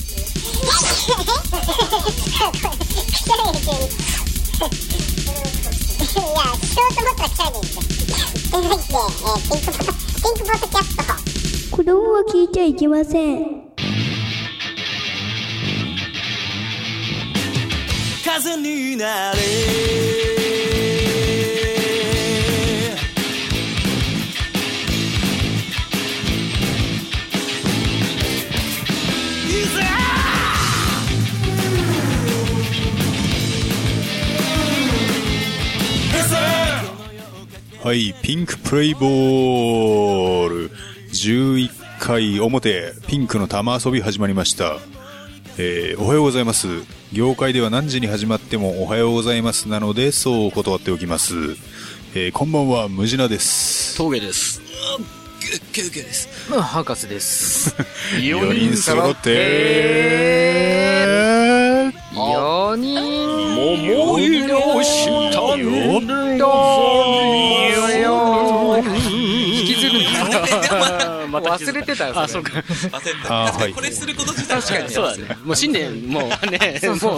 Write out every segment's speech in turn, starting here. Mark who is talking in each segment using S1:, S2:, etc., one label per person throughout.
S1: いや、しようと思ったら来ちゃえばいいんですよ。というわけで、えー、ピンクボー、ピンクボードキャスト、えー、第100回目、えー、始まりました。えー、今日はですね、えー、ゲストの方がいらっしゃいます。えー、ゲストの方は、えー、あ
S2: 子供は聞いちゃいけません。
S3: 風になれいざ
S4: はい、ピンクプレイボール11回表ピンクの玉遊び始まりました、えーおはようございます業界では何時に始まってもおはようございますなのでそう断っておきます、えーこんばんはムジナです
S5: 峠です。
S3: 休憩です
S5: 博士です。
S4: 4人揃って
S5: 4人
S3: 桃色をした
S5: 引きずるんだ。忘れてたよ、
S6: あ、
S5: それ
S6: そう。か。
S4: あーはい
S3: これすること自体
S5: 確かに。
S6: そうだね。
S5: もう新年、もうね、もう
S4: いやでも
S5: 違うよ
S4: ただ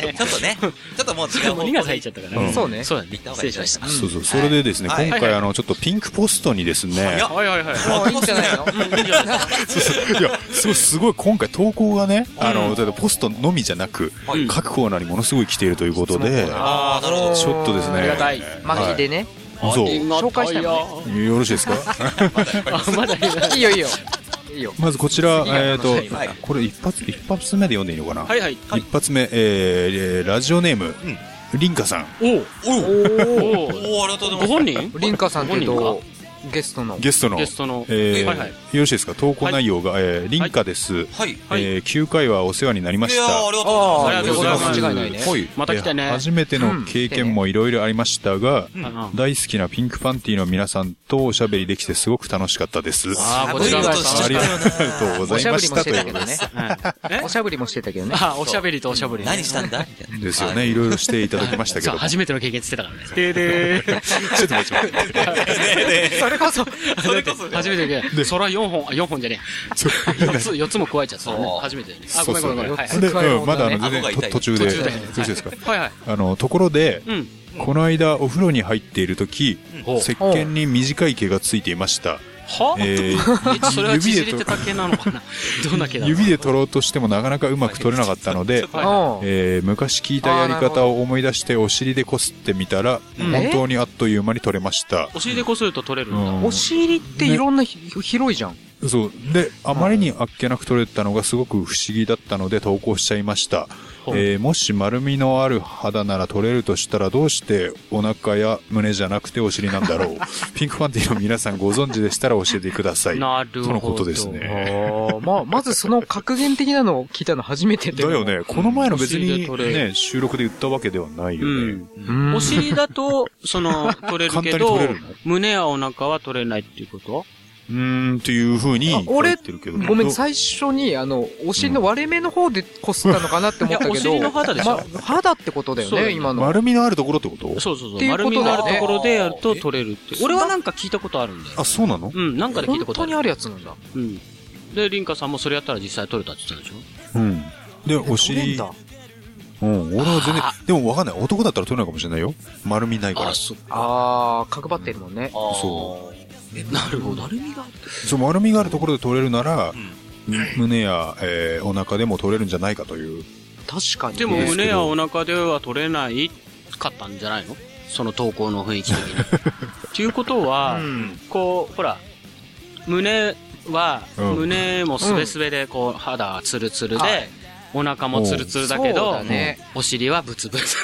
S5: ね。
S3: ちょっとねちょっともう違う方向
S6: 鬼が咲いちゃったから
S4: うん
S6: ね。
S5: そうね。
S6: そうだね。失礼しました。
S4: そうそうそれでですね、
S3: はい
S4: 今回あのちょっとピンクポストにですね
S3: 早っ
S6: はいはいはい。
S5: もういいんじゃないの
S4: そう そういやすごいすごい今回投稿がね、あのだってポストのみじゃなく、
S6: い
S4: 各コーナーにものすごい来ているということで、
S3: ああなるほど
S4: ちょっとですね
S5: ありがたい。
S7: 巻きでね、
S4: そう
S5: 紹介したよ
S4: よろしいですか
S6: まだいない。
S7: いいよいいよ
S4: まずこちら、
S5: が
S4: えーと
S3: はい
S4: これ一発一発目で読んでいいのかな、
S6: はいはい。
S4: 一発目、えーえーラジオネーム、りんかさん
S3: おおありがとうござい
S6: おお。ご
S3: ます
S6: 本人
S7: リンカさんっていうとゲストの
S4: ゲストの
S6: ゲストの。
S4: えー
S6: はいはい。
S4: よろしいですか投稿内容が、えー、リンカです、
S3: はいい
S6: はい
S4: えー9回はお世話になりまし
S3: やーあ
S4: た
S3: りがとうござい
S6: あ
S3: ま
S6: りがとうございます
S7: 間違いないね
S4: はい
S6: また来てね
S4: えー初めての経験もいろいろありましたが、
S6: あ
S4: 大好きなピンクパンティの皆さんとおしゃべりできてすごく楽しかったです。
S6: あー、こ
S3: す
S6: ちら
S3: 寒いことしちゃ
S4: あ
S3: った
S4: り
S3: よ
S4: が
S3: な
S4: とうご
S7: お
S4: ざい
S7: しゃ
S4: ま
S7: ぶり
S4: し
S7: も
S4: た
S7: し
S4: と
S7: て
S4: い
S7: た
S4: う
S7: け
S4: こと
S7: ど
S4: で
S7: ね
S4: す。
S6: え
S7: おしゃぶりもしてたけどね
S6: あ、おしゃべりとおしゃぶり。
S3: 何したんだみたいな
S4: ですよね。いろいろしていただきましたけ
S6: そ
S4: ど
S6: う、
S4: も。
S6: 初めての経験って言ってたからね。でで
S4: ちょっと待って待って。
S6: それこ そ、それこそ、初めての経験。そら4本、あ、4本じゃね
S4: そう
S6: え。4つ、4つも加 えちゃったのね
S3: そう
S6: 初めてだよね。あ、
S4: そ
S6: ご
S4: う
S6: めん
S4: そ
S6: ごめ
S4: うん
S6: ごめん。はい
S7: そう
S4: で、
S7: はいはい
S4: うんまだあの全
S3: 顎が
S4: 然
S3: 痛い
S4: と途中で。よ
S6: 途中で
S4: ろしいですか。
S6: はいはい。
S4: あの、ところで、
S6: うん。
S4: この間お風呂に入っている時、
S6: ほう
S4: 石鹸に短い毛がついていました。
S6: は
S4: え
S6: え、
S4: ー
S6: それは縮れて
S4: 指で
S6: た毛なの かなどんな毛だろう
S4: 指で取ろうとしてもなかなかうまく取れなかったので、
S7: おう
S4: えー昔聞いたやり方を思い出してお尻でこすってみたら、
S6: うん
S4: 本当にあっという間に取れました。
S6: お尻でこすると取れる
S4: うん
S6: だ。
S4: ん
S7: お尻っていろんなひ広いじゃん
S4: そう。で、あまりにあっけなく取れたのがすごく不思議だったので投稿しちゃいました。
S6: ほう
S4: えーもし丸みのある肌なら取れるとしたらどうしてお腹や胸じゃなくてお尻なんだろ うピンクパンティの皆さんご存知でしたら教えてください。
S6: なるほど。
S4: とのことですね。
S7: あまあまずその格言的なのを聞いたの初めて
S4: だ
S7: で
S4: よね。この前の別
S6: お尻
S4: に
S6: で取れ
S4: ね、収録で言ったわけではないよ
S6: う
S4: ね。
S6: ん。
S7: うん
S6: お尻だと、その、取れるけ
S4: 簡単に
S6: ど
S4: 取れるの、
S6: 胸やお腹は取れないっていうこと
S4: うーん、というふうに
S7: あ
S4: 俺
S7: 俺
S4: ってるけど。
S7: ごめん
S4: ど
S7: 最初にあのお尻の割れ目の方でこすったのかなって思ったけど
S6: いやお尻の肌でしょ
S7: ま肌ってことだよ
S6: そうだ
S7: ね
S6: よね
S7: 今の
S4: 丸みのあるところってこと
S6: そうそうそ
S7: っ
S6: う。
S7: ていうこと
S6: 丸みのある
S7: だ
S6: と
S7: ね
S6: ころでやると取れるって。俺はなんか聞いたことあるんだよ。
S4: あ、そうなの
S6: うん、なんかで聞いた
S7: 本
S6: ことあ
S7: 当
S6: る。
S7: にあるやつなんだ
S6: うん。で、リンカさんもそれやったら実際取れたって言ってたでし
S4: う
S6: ょ
S4: ん。で、お尻。うん、俺は全然
S6: あ、
S4: でもわかんない。男だったら取れないかもしれないよ。丸みないから。
S6: そう。
S7: あー角張ってるもんね
S4: そ
S6: なるほど。
S4: そう、丸みがあるところで取れるなら、
S3: ん
S4: 胸や、えーお腹でも取れるんじゃないかという。
S7: 確かにね
S6: でも胸やお腹では取れないかったんじゃないのその投稿の雰囲気的 に。っていうことは、
S7: うん
S6: こう、ほら、胸は、
S4: うん
S6: 胸もすべすべで、こう、肌はツルツルで、
S7: はい
S6: お腹もツルツルだけ
S7: そう
S6: ど、
S7: だね
S6: お尻はブツブツ。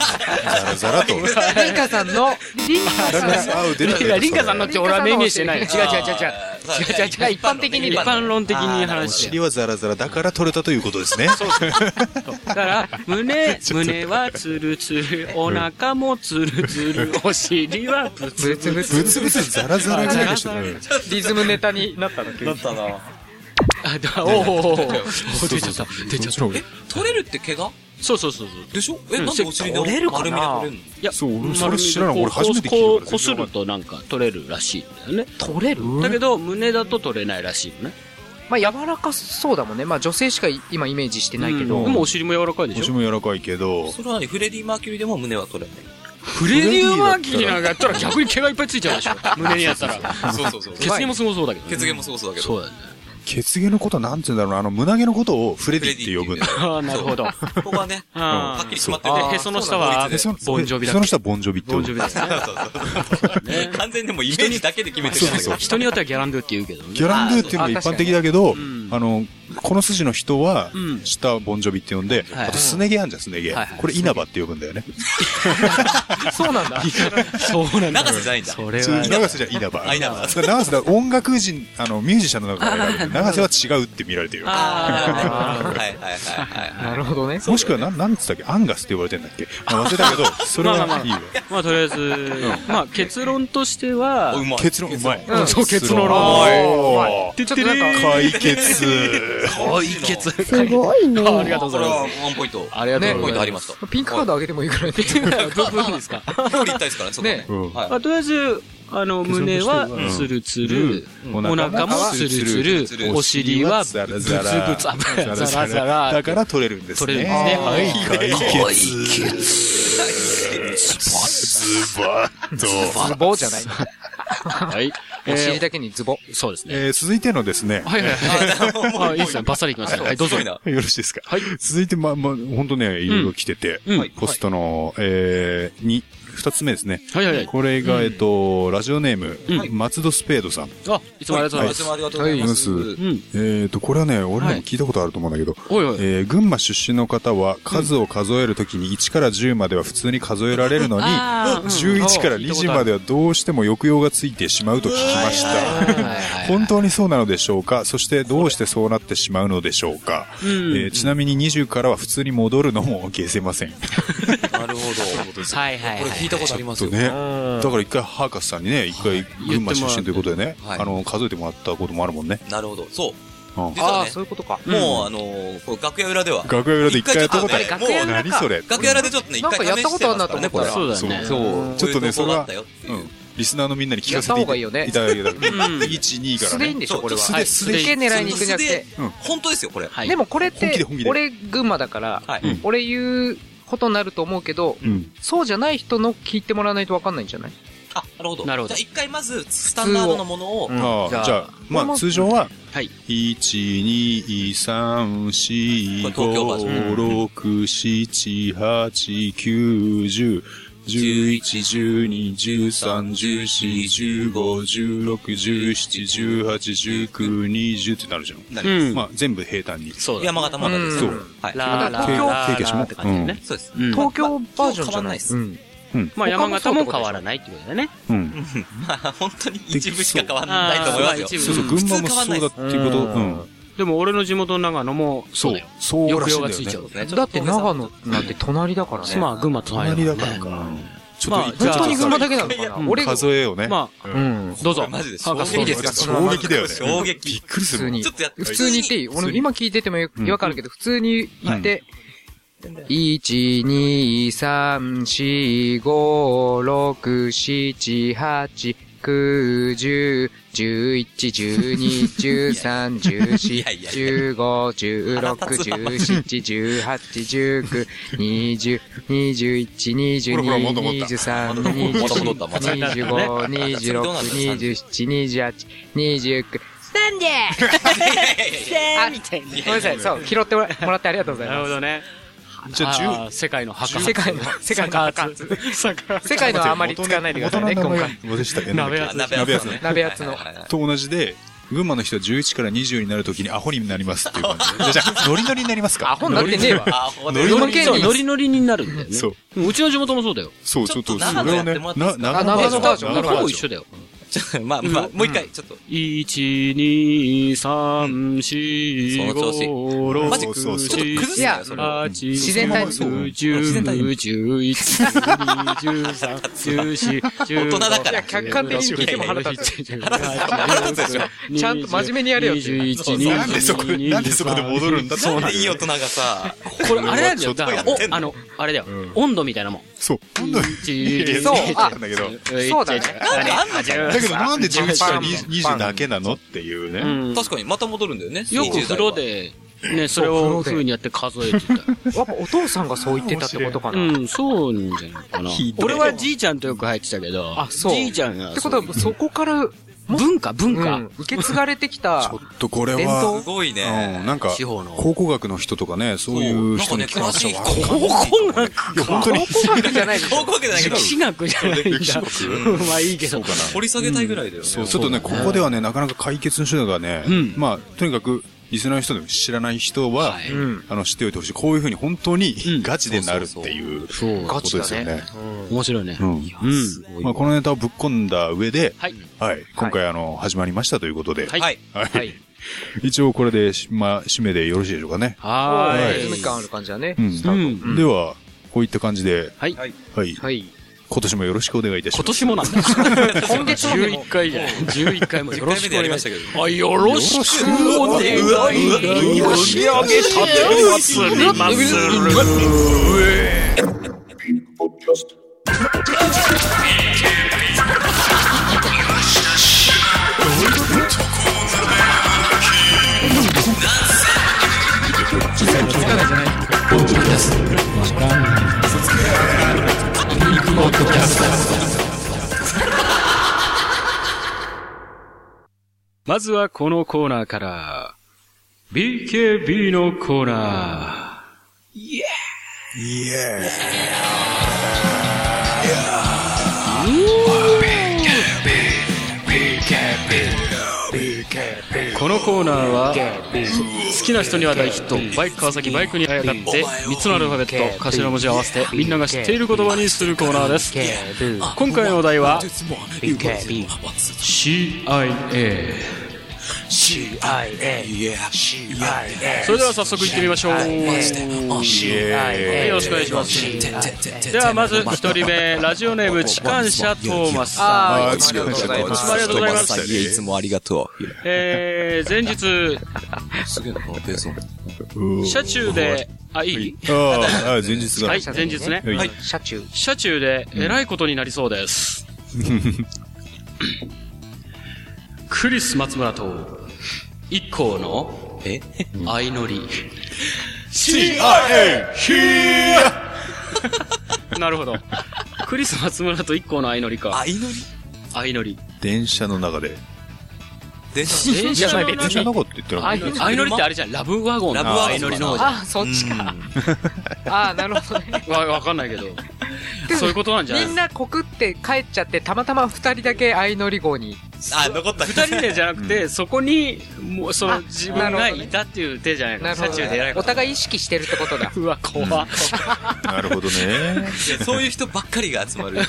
S4: ザラザラと。
S7: リンカさんの、リンカさん。
S4: あ、出た出た
S6: いやリンカさんのって俺はメニューしてない。違う
S7: リン
S6: 違う違
S3: 違
S7: 違う違う、一般的に
S6: う。一般論的に
S4: お
S6: 話して。
S4: 尻はザラザラだから取れたということですね。
S6: だから、 胸、胸はツルツル、お腹もツルツル、お尻はブツブ
S7: ブ
S6: ツ。
S7: ツブツ
S4: ぶつぶつザラザラぐらいでしょ。
S6: ザラザ
S4: う
S7: リズムネタになったの、急
S3: だ
S7: に
S3: ったな
S6: あ、だおーおーおーおー出ちゃった。出ちゃった。
S4: ん
S3: え取れるって怪我
S6: そうそうそうそう。
S3: でしょえ
S6: うん
S3: なんでお尻で
S7: 折れるかな
S3: 丸みで取れるの
S6: いや、
S4: そう俺
S6: 丸
S4: それ知らない
S6: み
S4: 俺
S6: でこう
S4: 初めて聞いたから
S6: こうこするとなんか取れるらしいんだよね。
S7: 取れる
S6: だけど、胸だと取れないらしいよね。
S7: まあ柔らかそうだもんね。まあ女性しかい今イメージしてないけど。
S6: でもお尻も柔らかいで
S4: 腰
S6: しょ
S4: も柔らかいけど、
S3: それはね、フレディ・マーキュリーでも胸は取れな
S6: フレディ・マーキュリーなんかやったら逆に毛がいっぱいついちゃう でしょ胸にやったら。
S3: い。そうそうそう。
S6: 血毛もすごそうだけどね。
S3: 血芸もそうそうだけど。
S6: そうだね。
S4: 血毛のことはなんて言うんだろうな、あの、胸毛のことをフレディって呼ぶんだよ。
S6: ああ、なるほど。
S3: ここはね、
S6: あ
S3: はっきり決まって
S6: あ
S3: て。
S6: へその下は
S3: そう
S4: の
S6: ボンジョビだっけ
S4: その人はボンジョビって
S6: ボ
S4: 呼
S6: ンジョ
S4: ぶ。
S6: ビです
S3: な
S6: ね。
S3: んですね完全にもうイメージだけで決めてるんだけど。
S6: 人によってはギャランドゥって言うけどね。
S4: ギャランドゥっていうのが一般的だけど、あ,、
S6: うん
S4: の、この筋の人は
S6: うん、
S4: 下はボンジョビって呼んで、
S6: はい
S4: あとスネ毛あんじゃん、スネ毛。
S6: はいはい
S4: これ稲葉って呼ぶんだよね。
S7: そうなんだ。
S6: そうなんだ。
S3: 長瀬じゃないんだ。
S6: それ
S4: 普通
S6: は
S4: に
S6: ね。
S4: 長瀬じゃ稲葉。
S3: あ稲葉
S4: だから長瀬だ、音楽人、あの、ミュージシャンの中から 選ぶ長瀬は違うって見られてる。
S3: ああ、
S6: あ
S3: はいはいはいはい。
S7: なるほどね。
S4: もしくは、なん、なんつったっけアンガスって呼ばれてんだっけまあ忘れた けど、それ
S6: まあまあ
S4: は
S6: まあ
S4: いいよ。
S6: あ。 まあとりあえず、まあ結論としては
S3: お、うまい。
S4: 結論うまい。
S7: うん
S6: そう結論うまい
S4: おー
S6: てって
S7: ちょっとなん
S6: れー
S4: 解決。
S6: 解決。
S2: すごいね。
S6: ありがとう
S3: こ
S6: ござ
S3: れ
S6: い
S3: は
S6: ます。
S3: ワンポイント。
S6: ありがとうご
S3: ポ
S6: ざ
S3: イ
S6: い
S3: ン
S6: ま
S3: ト
S6: す
S3: ありました。
S7: ピンクカードあげてもいいくらいで。
S6: どどうですか
S3: 表裏一体ですからね、そこね
S7: ね。
S4: うん
S3: はい
S6: まあ、とりあえず、あの、胸は
S4: うん
S6: ツルツル、
S4: うん
S6: お腹もツルツ
S3: ツ
S6: ル、
S3: ル
S6: お尻はブツ
S4: ザ
S6: ブ
S4: ラ
S6: ツ、
S4: ザラ
S6: あブ
S4: ザラ
S6: ツザラザ
S4: だ
S6: ラ。
S4: から取れるんですね。
S6: 取れるんですね
S4: はい、解決。ズバッと。
S7: ズボじゃない。
S6: はい。
S7: お尻
S6: え
S7: だけにズボ。
S6: ーそうですね。
S4: えー続いてのですね、
S6: はいはいはい。あ、いいですね。バッサリいきましたね。はい、どうぞ
S3: すごい。な
S4: よろしいですか。
S6: はい
S4: 続いて、ま、ま、本当ね、いろいろ来てて、
S6: うん。はい
S4: ポストの、えー、に、二つ目ですね。
S6: はいはい。
S4: これが、えっと、ラジオネーム、
S6: う
S4: 松戸スペードさん。
S6: あ、いつもありがとうございま
S3: いつ
S6: す。
S3: もありがとうございます。
S4: は
S6: う
S4: い
S6: ん。
S4: えっと、これはね、俺ら
S6: はい
S4: も聞いたことあると思うんだけど、
S6: おいおい。
S4: えー群馬出身の方は数を数えるときに1から10までは普通に数えられるのに、
S6: あー
S4: 11から
S6: 聞い
S4: 2
S6: たこと
S4: 時
S6: ある
S4: まではどうしても抑揚がついてしまうと聞きました。本当にそうなのでしょうかそしてどうしてそうなってしまうのでしょうか、
S6: うん
S4: えーちなみに20からは普通に戻るのも消せません。
S3: なるほど。
S6: はいはい
S3: これ聞いたことあります
S4: と
S3: よ。
S4: ね。だから一回ハーカスさんにね、一回群馬出身ということでね、
S3: はい
S4: あの、数えてもらったこともあるもんね。
S3: なるほど。そう。
S4: うん
S3: 実
S7: あ
S3: は
S7: あ、
S3: ね
S7: そ、ういうことか。
S3: もうあのー、こう楽屋裏では。
S4: 楽屋裏で一回やったことある
S3: 一。
S7: 回
S3: もう
S7: 楽屋裏
S4: 何それ
S3: 楽屋裏でちょっとね、一
S7: なん
S3: 回
S7: かやったことあるなと思ったら
S3: 試してますからねこれは
S6: そうだ
S4: そ
S6: よね。
S4: う
S3: う。
S4: ちょっとね、それ
S3: だ
S4: は。
S3: った、よっていううん
S4: リスナーのみんなに聞かせて
S7: やった方がいいよね
S4: いただけたら、
S6: ん
S4: 12か
S7: 素
S4: ら
S7: でいいん
S4: ね。
S7: でしょ、これは。
S3: そうちょっ
S7: はい
S3: と素
S7: 素
S3: で
S7: で系狙いに行くんじゃなくて。
S4: うん
S3: 本当ですよ、これ。
S6: はい。
S7: でもこれっ
S4: 本気で
S7: て
S4: 本気、で
S7: 俺群馬だから、
S3: はい。
S4: うん
S7: 俺言うことになると思うけど、
S4: うん。
S7: そうじゃない人の聞いてもらわないと分かんないんじゃない
S3: あ、なるほど。
S6: なるほど
S3: じゃあ一回まず、スタンダードのものを、
S7: うん
S4: ああ
S7: じゃあ
S4: じゃあ、
S7: これ
S4: まあ
S7: も
S4: 通常は、
S6: はい。
S4: 1234567891011121314151617181920ってなるじゃん。
S3: な
S6: う
S3: り
S6: ん。
S4: まあ全部平坦に。
S6: そうだね。
S3: 山形まだです。
S4: そう
S3: はい。
S6: ラーラーラーラーって感じね。
S3: そうです。
S6: うん。
S7: 東京バージョンじゃ
S3: まあ変わん
S7: な
S3: ない
S7: い
S3: っす
S7: うん
S6: まあ山形も変わらないってことだね。
S4: うん。
S3: まあ、 本当に一部しか変わらないと思いますよ。
S6: そう
S4: そうそう、群馬もそうだっていうこと。うん。
S6: でも俺の地元長野も、そうだよ。
S4: そうら
S6: 抑
S4: しいんだ
S6: 揚がついちゃ
S4: よ
S6: う
S4: ね。
S3: ね
S7: だって長野なんて隣だからね。
S6: まあ群馬隣
S4: 隣だ
S6: だ
S4: か
S6: かららね。
S4: か。ち
S6: まあ
S4: 一
S6: じ
S4: 回
S7: 本
S6: ゃあ
S7: 当に群馬だけなのかな
S3: うん
S7: 俺が、
S4: 数えようね。
S6: まあ、
S7: うん。
S6: どうぞ。
S3: マジで衝
S6: ハーカス
S3: 撃
S6: ど
S3: いうい
S6: ぞ
S3: ですか
S4: 衝撃だよね。
S3: 衝撃
S4: びっくりす
S7: 普
S4: る
S7: 通
S4: もん。
S7: に
S3: ちょっとやって
S7: 普通に言っていい
S4: 普通
S7: 俺
S4: に
S7: 今聞いててもよ
S4: うん
S7: 違和感あるけど、普通に言って、1、2、3、4、5、6、7、8、9、10、11、12、13、
S3: いやいやいや
S7: 14、15、16、17、18、19、20、21、22、
S4: ほらほら戻った戻った
S3: 戻った戻った戻っ
S7: 23、
S3: た
S7: 24、25、26、27、28、29、
S3: あ、みたい
S7: ごめんなさい、そう、拾ってもらってありがとうござい
S6: な
S7: ま
S6: るほ
S7: す。
S6: ど ね。
S4: じゃあ
S6: あー世界の墓。
S7: 世界の、世界の
S6: 墓
S7: 赤
S6: 発。世界
S7: 世界のはあまり使わないでくださいね、今回。
S4: 戻したけ
S6: 鍋
S3: な。
S6: や
S4: 鍋やつね
S7: 鍋やつの
S3: はいはいはい
S4: と同じで、群馬の人は11から20になるときにアホになりますっていう感じで。じゃあ、ノリノリになりますか
S7: アホになってねえわ。
S3: あ、ほんと
S4: ノリノリ
S6: そうノリノリになるんだよね。
S4: そう。
S6: でもうちの地元もそうだよ。
S4: そう、ちょっと、
S3: ちょっと
S4: それ
S3: 長野や
S4: をね、
S3: ってもらっていいで
S4: な、
S3: す
S4: 長野
S7: あ長野バージョン
S6: ほ
S4: 長野バー
S6: ぼ
S4: ジョ
S6: 一
S4: ン
S6: 緒だよ。
S3: ちょ まあまあ、もう一回、ちょっと。
S6: 一二三四
S3: その調子
S6: 五六
S3: マジ、ちょっ
S4: そう
S3: と
S4: そう
S3: 崩す
S7: い
S3: な
S7: や
S3: よ、それ。
S6: 八
S7: 自然体
S6: 九
S3: 自然体
S6: 十十一十二十三十四十
S3: 大人だから
S7: 客観的に聞いても腹立
S6: つ
S3: 腹立つでしょ
S7: ちゃんと真面目にやれよって
S6: 21
S3: そう
S6: 22
S4: なんでそこ、なんでそこで戻るんだ
S3: なん
S4: な
S3: でいい大人がさ、
S6: これ、あれなんだよ。だから
S3: ちょっとやってん
S6: お、
S3: の
S6: あの、あれだよ。温度みたいなもん。
S4: そう。今度は、いやいや
S7: そう
S4: そうなんだけど。
S7: そうだね
S3: なんであんなじゃん。
S4: けど、なんで11
S7: パ
S4: から
S7: ンパン
S4: 20だけなのっていう
S6: う
S4: ね。
S6: ん。
S3: 確かに、また戻るんだよね。
S6: よく風呂
S3: 20代は。
S6: で、ね、それを風にやって数えてた。
S7: やっぱお父さんがそう言ってたってことか
S6: う
S7: な。
S6: ん、そうなんじゃないかな
S4: ひ。どい
S6: 俺はじいちゃんとよく入ってたけど、
S7: あそう
S6: じいちゃんが。
S7: ってことは、そこから、
S6: 文化、文
S7: う
S6: 化。
S7: ん、受け継がれてきた
S4: ちょ、っとこれ
S7: 伝
S4: は
S7: 統、
S3: すごい
S4: うん
S3: ね。
S4: なんか
S6: 地方の、
S4: 考古学の人とかね、そういう人に聞かせた
S3: な
S4: ら
S3: んかね詳しい人
S4: わかんないいや、本当に。
S7: 考古学じゃないでし
S3: 高
S7: ょ。
S3: 校けじゃないけど
S6: 歴、史学じゃないん
S4: 歴史
S6: だ。
S4: 学
S6: まあいいけど。
S3: 掘り下げたいぐらいだよね。
S4: そう、ちょっとね、ここではね、なかなか解決の手段がね、
S6: うん
S4: まあ、とにかく、リスナーの人でも知らない人は、
S6: はい
S7: うん。
S4: あの、知っておいてほしい。こういうふうに本当に
S6: うん
S4: ガチでなるっていう
S6: そう。
S7: ガ
S4: こと
S7: チだ
S4: ですよね
S7: ね。
S6: 面白いね。
S4: うん。
S6: うん。
S4: まあ、このネタをぶっ込んだ上で、
S6: はい。
S4: はい、今回あの、始まりましたということで、
S6: はい
S3: はい。
S4: はい。一応これでし、まあ、締めでよろしいでしょうかね。
S6: は
S4: はい
S6: ーい。
S7: リズム感ある感じだね。
S4: うん
S7: スタート
S6: うん
S4: では、こういった感じで、
S6: はい。
S4: はい、
S7: はい。
S4: 今年もよろしくお願いいたします。
S6: 今年もなんだ。
S7: 今月のでも
S6: 11回じゃない。11回もよろしくお願いします。
S3: 10回目でやりました
S6: あ、よろしくお願い
S3: うわうわうわ
S6: します。よろしくお願いします。まずはこのコーナーから、BKB のコーナ
S4: イエ
S6: ー。このコーナーは、好きな人には大ヒット、バイク川崎、バイクにあやかって、3つのアルファベット、頭文字を合わせて、みんなが知っている言葉にするコーナーです。今回のお題は、CIA。それでは早速行ってみましょう。
S4: ーイエ
S6: よろしくお願いします。ではまず一人目、ラジオネーム、痴漢者トーマスさん。
S7: あ
S4: あ
S7: あ、
S4: ー
S7: いつもありがとうございます。
S6: ありがとうございます
S3: ちょっと待っていつもありがとう。
S6: えー、前日、
S3: すげえな、このペース
S4: ーイ
S6: 車中で、あ、いい
S4: あーあー、前日だ。
S6: はい、前日ね。
S4: はい。
S7: 車中。
S6: 車中で、えらいことになりそうです。クリス松村と、一行の、
S3: え
S6: 相乗り。
S4: CIA! ヒー
S6: なるほど。クリス松村と一行の相乗りか。
S3: あ、祈り
S6: 相乗り。
S4: 電車の中で。
S3: 電車
S6: 電車の中
S4: 電
S6: に
S4: 車の中って言ったら、
S6: 相乗り相乗りってあれじゃん。ラブワゴン
S3: ラブワゴン
S6: 相乗りの方じゃん。
S7: ああ、そっちか。ああ、なるほどね。
S6: わ、わかんないけど。そういうことなんじゃない
S7: みんな告って帰っちゃって、たまたま二人だけ相乗り号に。
S3: あ、残った。
S6: 二人でじゃなくて、そこに、もう、そ
S7: あ
S6: の、自分
S7: なるほ
S6: が
S7: どね
S6: いたっていう手じゃないの。
S7: なるほ
S6: 車
S7: ど
S6: 中で偉い
S7: ね。
S6: こ
S7: お
S6: と。
S7: 互い意識してるってことだ。
S6: うわ、怖っ。
S4: なるほどね。
S3: そういう人ばっかりが集まる。
S4: ラ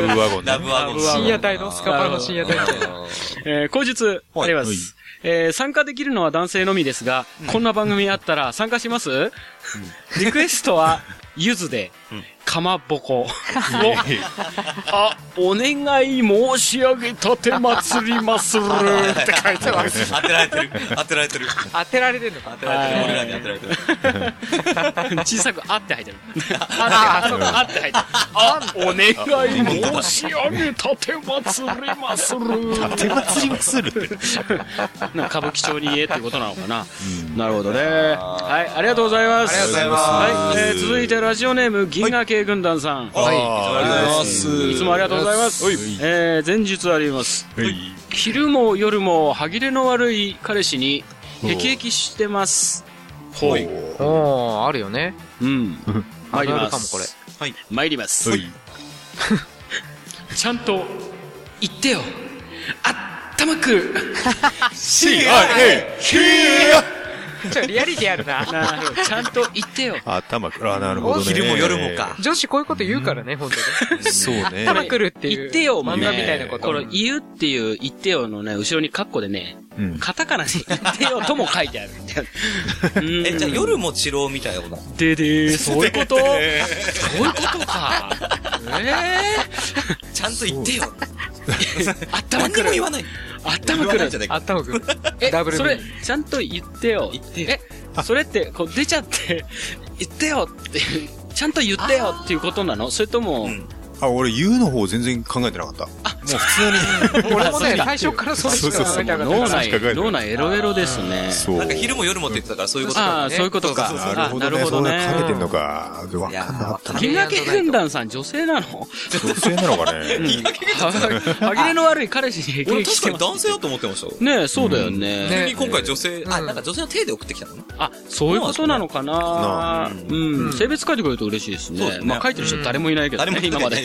S4: ブワゴンね
S3: ラブワゴン。
S7: 深夜帯のスカパラの深夜 帯みたいな。
S6: えー、後日、
S3: はい
S6: あります。えー、参加できるのは男性のみですが、こんな番組あったら参加しますリクエストは、ゆずで、かまぼこを、あ、お願い申し上げたて祭ります るって書いてま す。
S3: 当てられてる。当てられてる。
S7: 当てられてんのか
S3: 当てられてる。俺らに当てられてる。
S6: 小さく、あって入 ってる。あって、あそうかあって入ってる。あ、お願い申し上げたて祭りまする。
S4: 手祭りはするって。
S6: なんか歌舞伎町に言えっていうことなのかな。なるほどね。はい、ありがとうございます。
S7: ありがとうございます
S6: はい、えー続いてラジオネーム、銀河系軍団さん。
S4: はい。
S6: いつもありがとうございます。えー、前日あります。昼も夜も歯切れの悪い彼氏に、へきへきしてます。ほい。
S7: おー、あるよね。
S6: うん。参り
S7: あるあ
S6: ま
S7: るかもこれ
S6: す。はい。参ります。
S4: はい。
S6: ちゃんと、言ってよ。あったまくる。
S4: CIA! ヒー
S7: ちょ、リアリティあるな。
S6: なるほどちゃんと言ってよ。
S4: 頭から、あなるほどね。
S3: 昼も夜もか。
S7: 女子こういうこと言うからね、本当に。
S4: そうね。
S7: 頭くるっていう。
S6: 言ってよ、
S7: 漫画みたいなこと。
S6: この、言うっていう言ってよのね、後ろにカッコでね、
S4: うん。
S6: カタカナに言ってよとも書いてあるみたいな。 うん
S3: え、じゃあ夜も治療みたいなことなの
S6: ででー、そういうことそういうことか。え
S3: ちゃんと言ってよ。
S6: えー、頭
S3: 何
S6: く
S3: にも
S6: る
S3: 言。わない。
S6: 頭
S3: 言
S6: く
S3: わな
S6: る
S3: いじゃ。ない
S7: あったまくる。
S6: え
S7: ダブ、ル
S6: そ
S7: ミー
S6: れ、ちゃんと言ってよ。
S3: 言ってよ
S6: え、それって、こう出ちゃって、 言ってよって、ちゃんと言ってよっていうことなのそれとも、
S3: うん
S4: あ、俺、言うの方全然考えてなかった。
S6: あ、
S4: もう普通に。
S7: 俺もね、最初からそれしか考えてなかった
S6: 脳
S7: から。
S4: 確かに
S6: 内、脳内エロエロですね。
S4: そう。
S3: なんか昼も夜もって言ってたから、そういうことか
S6: ああ、そういうことか。
S4: なるほ
S6: あ
S4: どね。そういうのかけてんのか。わ
S3: いや
S4: かんなかったな。
S6: 銀河系軍団さん女性なの
S4: 女性なのかね。
S6: 歯切れの悪い彼氏に
S3: 俺確
S6: 激して
S3: か
S6: ま
S3: に男性
S6: す。
S3: だと思ってましたよ。
S6: ねえ、そうだよね。
S7: ね
S3: 急に今回女性、あ、
S7: うん
S3: なんか女性の手で送ってきたのね。
S6: あ、そういうことなのかな
S3: な
S6: うん。性別書いてくれると嬉しいです
S3: そうです
S6: ね。
S3: ね
S6: まあ書いてる人誰もいないけど
S3: 誰も来
S6: ね、
S3: て
S6: 今ま
S3: ない
S6: で。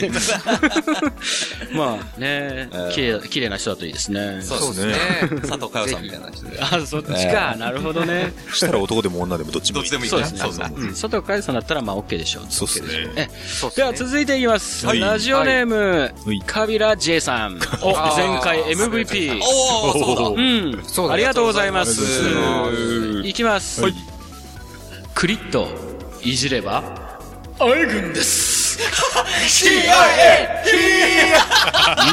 S6: まあね
S3: うん、
S6: 綺麗綺麗な人だといいですね。
S7: そうです
S4: ね
S7: ね。
S3: 佐藤佳代さんみたいな人で。
S6: あ、そっちか。なるほどね。
S4: したら男でも女でもどっちも
S3: どっ
S4: いい
S3: ちでもいい
S6: そう
S3: ね
S6: ですね。
S3: そうそうそう。
S6: うん佐藤海さんだったらまあ OK でしょう。
S4: そうっすね。
S6: えでは続いていきます。
S4: はい
S6: ラジオネーム、
S4: はい
S6: カビラ J さん。お、
S7: あー
S6: 前回 MVP。
S3: おー、そうだ。
S6: うん。
S7: そうだ
S6: ありがとうございます
S4: ありがとうございま。
S6: いきます。
S4: はい
S6: クリッといじれば、愛軍 です。CIA!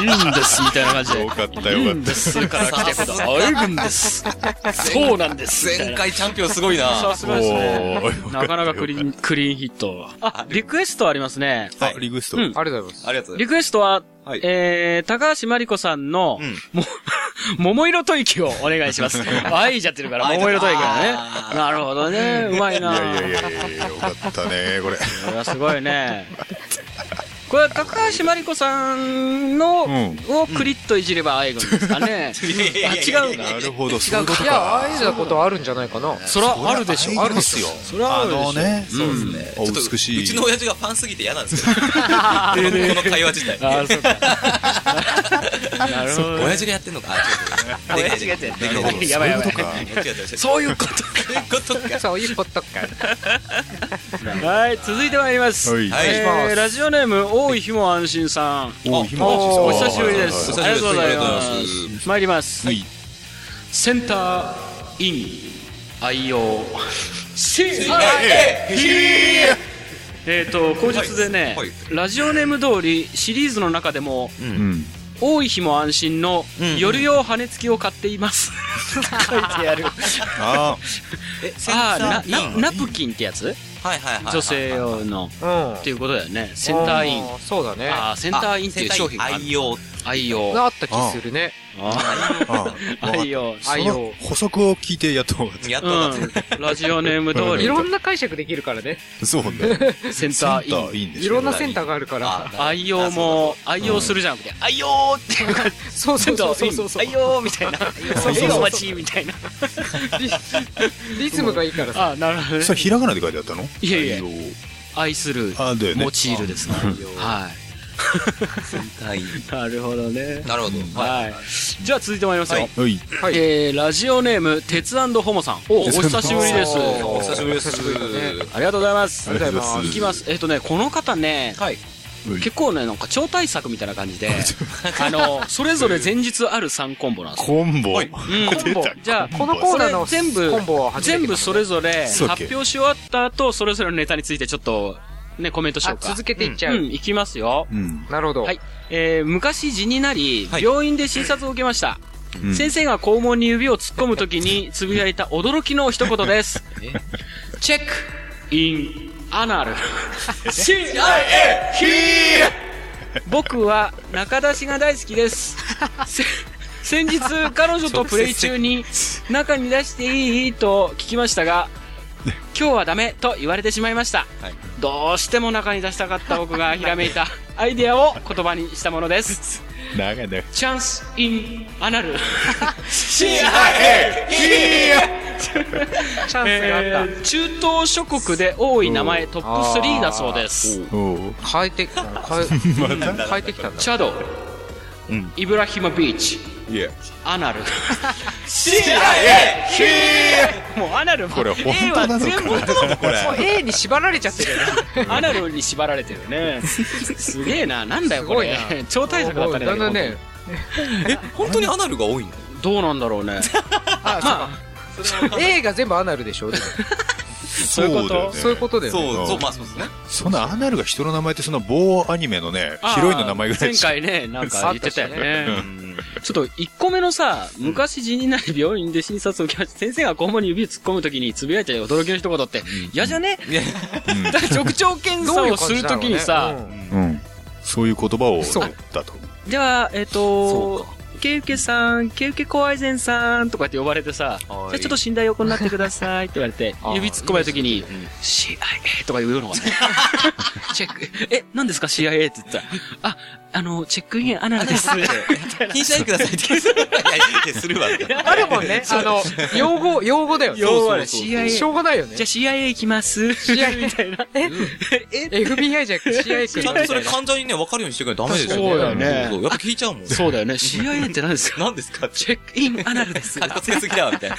S6: うんです、みたいな感じで。
S4: よかったよかっ
S6: するから来てください。愛軍です。そうなんです。
S3: 前回チャンピオンすごいな。
S6: さすがですね
S4: おー。
S6: なかなかクリーン、クリーンヒット。あ、リクエストありますね。
S4: た。あ、リグスト。
S6: うん
S7: ありがとうございます。
S3: ありがとうござい
S6: リクエストは、
S3: はい
S6: えー、高橋真理子さんの、も、 桃色吐息をお願いし ます。あ、いじゃってるから、
S3: あ
S6: 桃色吐息だね
S3: あ。
S6: なるほどね。うまい
S4: い
S6: な
S4: やいやいやいやいや、よかったね、これ。
S6: これはすごいね。これは高橋真理子さんの、
S4: うん
S6: をクリッといじれば愛がですかね。あ、違うな。
S4: なるほど、そういうこと
S7: いや、
S4: か。
S7: ああいうことあるんじゃないかな。
S6: そらあるでしょ。
S4: あるですよ。
S6: そらあるでしょ。
S4: あのね
S3: ます。そうですね。
S4: うん
S3: ちょっと
S4: 美しいう
S3: ちの親父がファンすぎて嫌なん ですけど。このこの会話自体。
S6: あ、そうか。 なるほどね。
S3: 親父がやってんのか。あ違う違う
S6: 親父がやってんの
S3: でかいでかい
S6: やばいやばい
S3: でかいでかいでかい
S6: そういうこと
S3: そういうことか。
S7: そういう ことか。
S6: はい、続いてまいります。
S4: はい
S3: はい
S6: えーラジオネーム、多い日も安心さん。
S4: おひまわ
S6: お
S4: ちさん
S6: 久しぶりです。
S3: お
S6: あり
S3: 久し
S6: がとう
S3: ぶり
S6: ご
S3: です
S6: ざい
S3: ありがとうござい
S6: ま。
S3: ます
S6: 参ります。
S4: はい
S6: センターイン愛用 CIA えっと口述でね、
S3: はいはい
S6: ラジオネーム通りシリーズの中でも
S4: うん。
S6: 多い日も安心の
S3: ん
S6: 夜用羽根付きを買っています。書いてある。
S4: あ
S3: え、センタ
S6: ああ、
S3: ーイン。
S6: な、な、ナプキンってやつ
S3: はいはいはいはい。
S6: 女性用の。
S7: うん。
S6: っていうことだよね。センターイン。
S7: あ。そうだね。
S6: ああ、センターインっていう商品がある
S3: 愛。用。
S6: 愛用。
S7: あった気するね。
S4: あ、あ あ。
S6: 愛用。
S7: 愛
S4: そ
S7: 用
S4: の。補足を聞いてやっと分かっ
S3: やっとわかっ
S6: うん。ラジオネーム通
S7: いろ
S6: り、
S7: んな解釈できるからね。
S4: た。そうね。
S6: セン
S4: セ
S6: タ
S4: ンタ
S6: ー
S4: ー
S6: イン。
S4: いいんで
S7: い
S4: しょ。
S7: ろんなセンターがあるから。
S3: た。
S6: 愛用も、愛用するじゃなくて、愛用っていう感じ。
S7: そうそうそうそうそう。
S6: 愛用みたいな。
S7: そう
S6: 愛用お待ちみたいな。
S7: リズムがいいからさ。
S6: あ、なるほど
S4: それひらがなで書いてあったの
S6: いやいや
S4: あの
S6: 愛する、
S4: あだよね
S6: 用いるですね。はい。
S3: はい。
S6: なるほどね。
S3: なるほど。はい。
S6: はい。じゃあ続いてまいります
S3: は
S6: よ
S3: い。
S4: はい。
S7: はい
S6: えー、ラジオネーム、鉄ホモさん。お、お久しぶりです。
S3: お久しぶりです。
S6: ありがとうございます。
S4: ありがとうございます
S6: いきます。えっとね、この方ね、
S3: はい。
S6: 結構ね、なんか超大作みたいな感じで、あの、それぞれ前日ある3コンボなんですよ。
S4: コンボ。
S6: うん
S4: 出た
S6: じゃあ、
S7: このコーナーの
S6: これ全部
S7: コンボは初めて
S6: 全部それぞれ
S4: そ
S6: 発
S4: うっけ
S6: 表し終わった後、それぞれのネタについてちょっと、ね、コメントしよ
S7: あ
S6: う、か。
S7: 続けていっちゃ
S6: うん、
S7: う。
S6: いきますよ。
S4: うん。
S7: なるほど。
S6: はい。えー、昔地になり
S3: は、い
S6: 病院で診察を受けました。
S4: ん
S6: 先生が肛門に指を突っ込むときにつぶやいた驚きの一言です。チェックインアナ ル。CIA! 僕は中出しが大好 きです。せ先日彼女とプレイ中に中に出していいと聞きまし たが、今日はダメと言われてしまいました。
S3: はい
S6: どうしても中に出したか った僕がひらめいたアイデアを言葉にしたも のです。
S4: 長いね。
S6: チャンスインアナル。
S7: チャンスがあっ
S6: えー 中東諸国で多い名前トップ3だそうです。
S4: おお。
S7: た。変えて、変
S4: ま
S7: え、
S4: た
S7: 変えてきたんだ。
S6: チャド、
S4: うん
S6: イブラヒマビーチ、
S4: いや。
S6: アナル。
S3: CIA!
S6: もうアナルも
S4: これ本当なのか
S6: 絵は全
S4: なこれ。
S7: A に縛られちゃってるよね。
S6: 部アナルに縛られてる ね。すげえな、なんだよ
S7: す
S6: こ
S7: ごい
S6: れ
S7: な。
S6: 超大作だったね。
S7: だんだんね。
S3: え、本当にアナルが多いの
S6: どうなんだろう ね。
S7: あ、そうか。A が全部アナルでしょでも
S4: そう
S6: いうこと
S4: だよね
S7: そういうことで。
S3: そう、そう、まあそうですね。
S4: そんなアナルが人の名前ってそんな某アニメのね、
S6: あー
S4: ヒロインの名前ぐらい
S6: 前
S4: しか
S6: 回ね、なんか言ってたよね
S4: あったしね。
S6: ちょっと1個目のさ、昔辞任なり病院で診察を受けました。先生が肛門に指を突っ込むときにつぶやいた驚きの一言って、嫌じゃね
S3: いや
S6: だから直腸検査をするときにさ、
S7: どういう感じなのね
S4: うんそういう言葉を
S7: そう
S4: だと。
S6: じゃあ、えっ、
S5: そう
S6: と
S5: か、
S6: ケウケさん、ケウケコアイゼンさんとかって呼ばれてさ、じゃ
S5: はい
S6: あちょっと寝台横になってくださいって言われ て
S5: あ、ー
S6: 指突っ込まれた時に、CIA とか言う のがね。チェック、え、何ですか CIA って言ったら、あ、あの、チェックインアナです。
S3: 気にしないでくださいって言って。いやいやいや、するわ。
S7: あるもんね。あの、用語、用語だよね。
S6: 要はね
S7: そうそうそう
S6: CIA
S7: しょうがないよね
S6: じゃあ。CIA 行きます。
S7: CIA
S6: みたいな。
S7: FBI じゃ、CIA
S3: ちゃん
S7: 来
S3: と
S7: る
S3: それ患者にね、分かるようにしていかないとダメですよね。
S6: そうだよね
S3: そうそうやっぱ聞いちゃうもん。
S6: そうだよね。CIA って何ですか
S3: 何ですかって。
S6: チェックインアナル です。
S3: かっこつけすぎだわ、みた いな。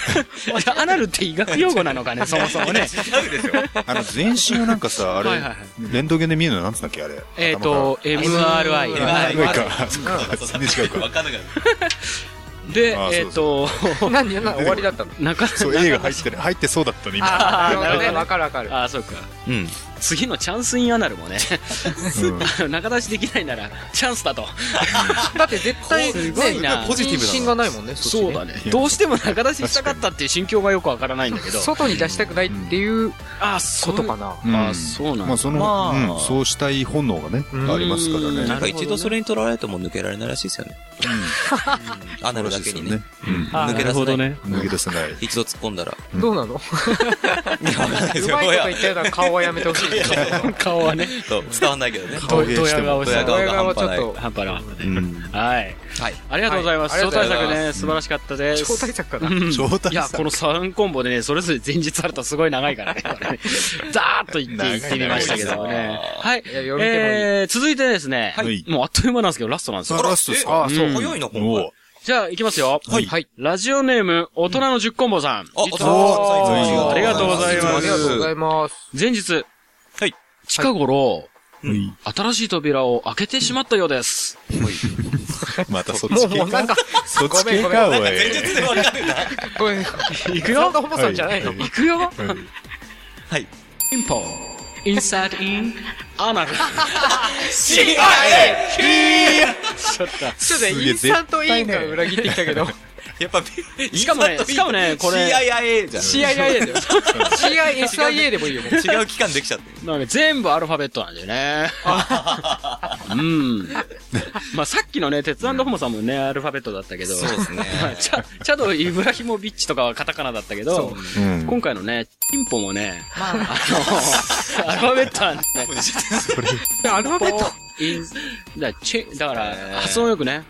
S6: アナルって医学用語なのかね、 そもそもね。
S3: 違うでしょ。
S4: あの、全身はなんかさ、あれ
S6: はいはいは、
S4: レントゲンで見えるのなんつうんだっけ、あれ。
S6: えっと、MRI。
S4: 頭が、
S6: は
S4: あ
S6: い
S4: MRI か。全然違う
S3: わ
S4: か。
S3: かんなかっ
S6: で
S4: あ、
S6: え
S4: ー
S6: っと、
S7: 何何終わりだったの
S6: 中、
S4: そう、A が入ってない入ってそうだったね、今。
S7: あ
S6: あ
S7: あ、
S6: ー
S7: なるほど
S6: なる
S7: ね。
S6: ほど
S7: わかるわかる。
S6: ああ、そうか。
S3: た。うん。
S6: 次のチャンスインアナルもね、
S4: うん
S6: 仲出しできないならチャンスだと。
S7: だって絶対、
S6: すごいな
S7: ね
S3: ポジティブだな
S7: 妊娠がないもんね。そっちね
S6: ね。どうしても仲出ししたかったっていう心境がよくわからないんだけど。
S7: 外に出したくないっていう
S6: ああ、そ
S7: こ
S6: う
S7: とかな。
S4: うん
S6: あそうなんだ
S4: まあ、その、
S3: まあ
S4: うんそうしたい本能がね、
S7: うん
S4: ありますから
S6: う
S4: ね。
S6: ん
S3: なんか一度それに取られても抜けられないらしいですよね。うん。アナルだけにね。
S4: うん
S6: あー
S3: 抜け出せない
S6: なるほどね。
S4: 抜け出せない。
S3: 一度突っ込んだら。
S7: どうなの
S3: い
S7: う
S3: や、わかんないですよ。
S7: まい
S3: どう
S7: こと
S3: や
S7: 言。ったような顔はやめてほしい。
S6: 顔はね、
S3: そう、伝わんない けどね。
S4: 顔芸
S6: ド
S4: して
S6: ヤ
S4: も
S6: 顔
S3: ド
S6: し
S3: ヤ顔
S6: て。
S3: が半端ない。
S7: 顔
S6: 半端なかった
S4: う
S6: ね。
S4: ん
S6: はい。
S3: はい。
S6: ありがとうございます。
S7: はい
S6: 招待
S7: ありがとう
S6: 作
S7: ござい
S6: ね、素晴らしかったです。
S7: 超対策かな。
S6: うん
S4: 招待作
S6: いや、この3コンボでね、それぞれ前日あるとすごい長いからね。ザーッと言って、言ってみましたけどもね。はい。
S7: いや読みてもいい
S6: えー、続いてですね。
S4: はい
S6: もうあっという間なんですけど、ラストなんです
S4: さあ、
S6: よ。
S4: ラストです
S3: あ
S4: か
S3: ら、そう、
S6: うん
S3: 早いな、今
S4: お
S3: 回
S4: う。
S6: じゃあ、行きますよ。
S3: はい
S7: はい。
S6: ラジオネーム、大人の10コンボさん。
S3: あ、お
S7: 実は
S3: そう
S6: ありがとうございます
S7: ありがとうございます。
S6: 前日。
S3: はい。
S6: 近頃、
S4: うん
S6: 新しい扉を開けてしまったようです。
S4: またそっ
S7: も
S4: ち
S7: う、
S4: 系
S7: もうなん
S4: か。
S7: か、
S4: そっち
S7: ごめ
S4: 系
S7: んごめん
S4: か、おい。
S3: 前日で分かるな。
S7: これ、
S6: 行く
S7: そん
S6: よ
S7: なホモさんじゃないの
S6: 行くよ
S4: はい
S3: はい。
S6: インポ。インサートイン、アナル。
S7: ちょっとね、
S4: すげえ
S7: インスタントインが裏切ってきたけど、
S3: やっぱ、
S6: しかもねしかもねこれ
S3: CIA じゃん。
S7: CIA だよ。CISIA でもいいよ、もう
S3: 違う機関できちゃって。
S6: なんか全部アルファベットなんだよね。うん。まあさっきのね、鉄腕のホモさんもね、アルファベットだったけど、
S3: そう ですね。
S6: まあチャチャド・イブラヒモビッチとかはカタカナだったけど、
S4: うん
S6: 今回のね、チンポもね、あの、アルファベットなんだね。
S7: アルファベット
S6: インだからチェだから、発音よくね。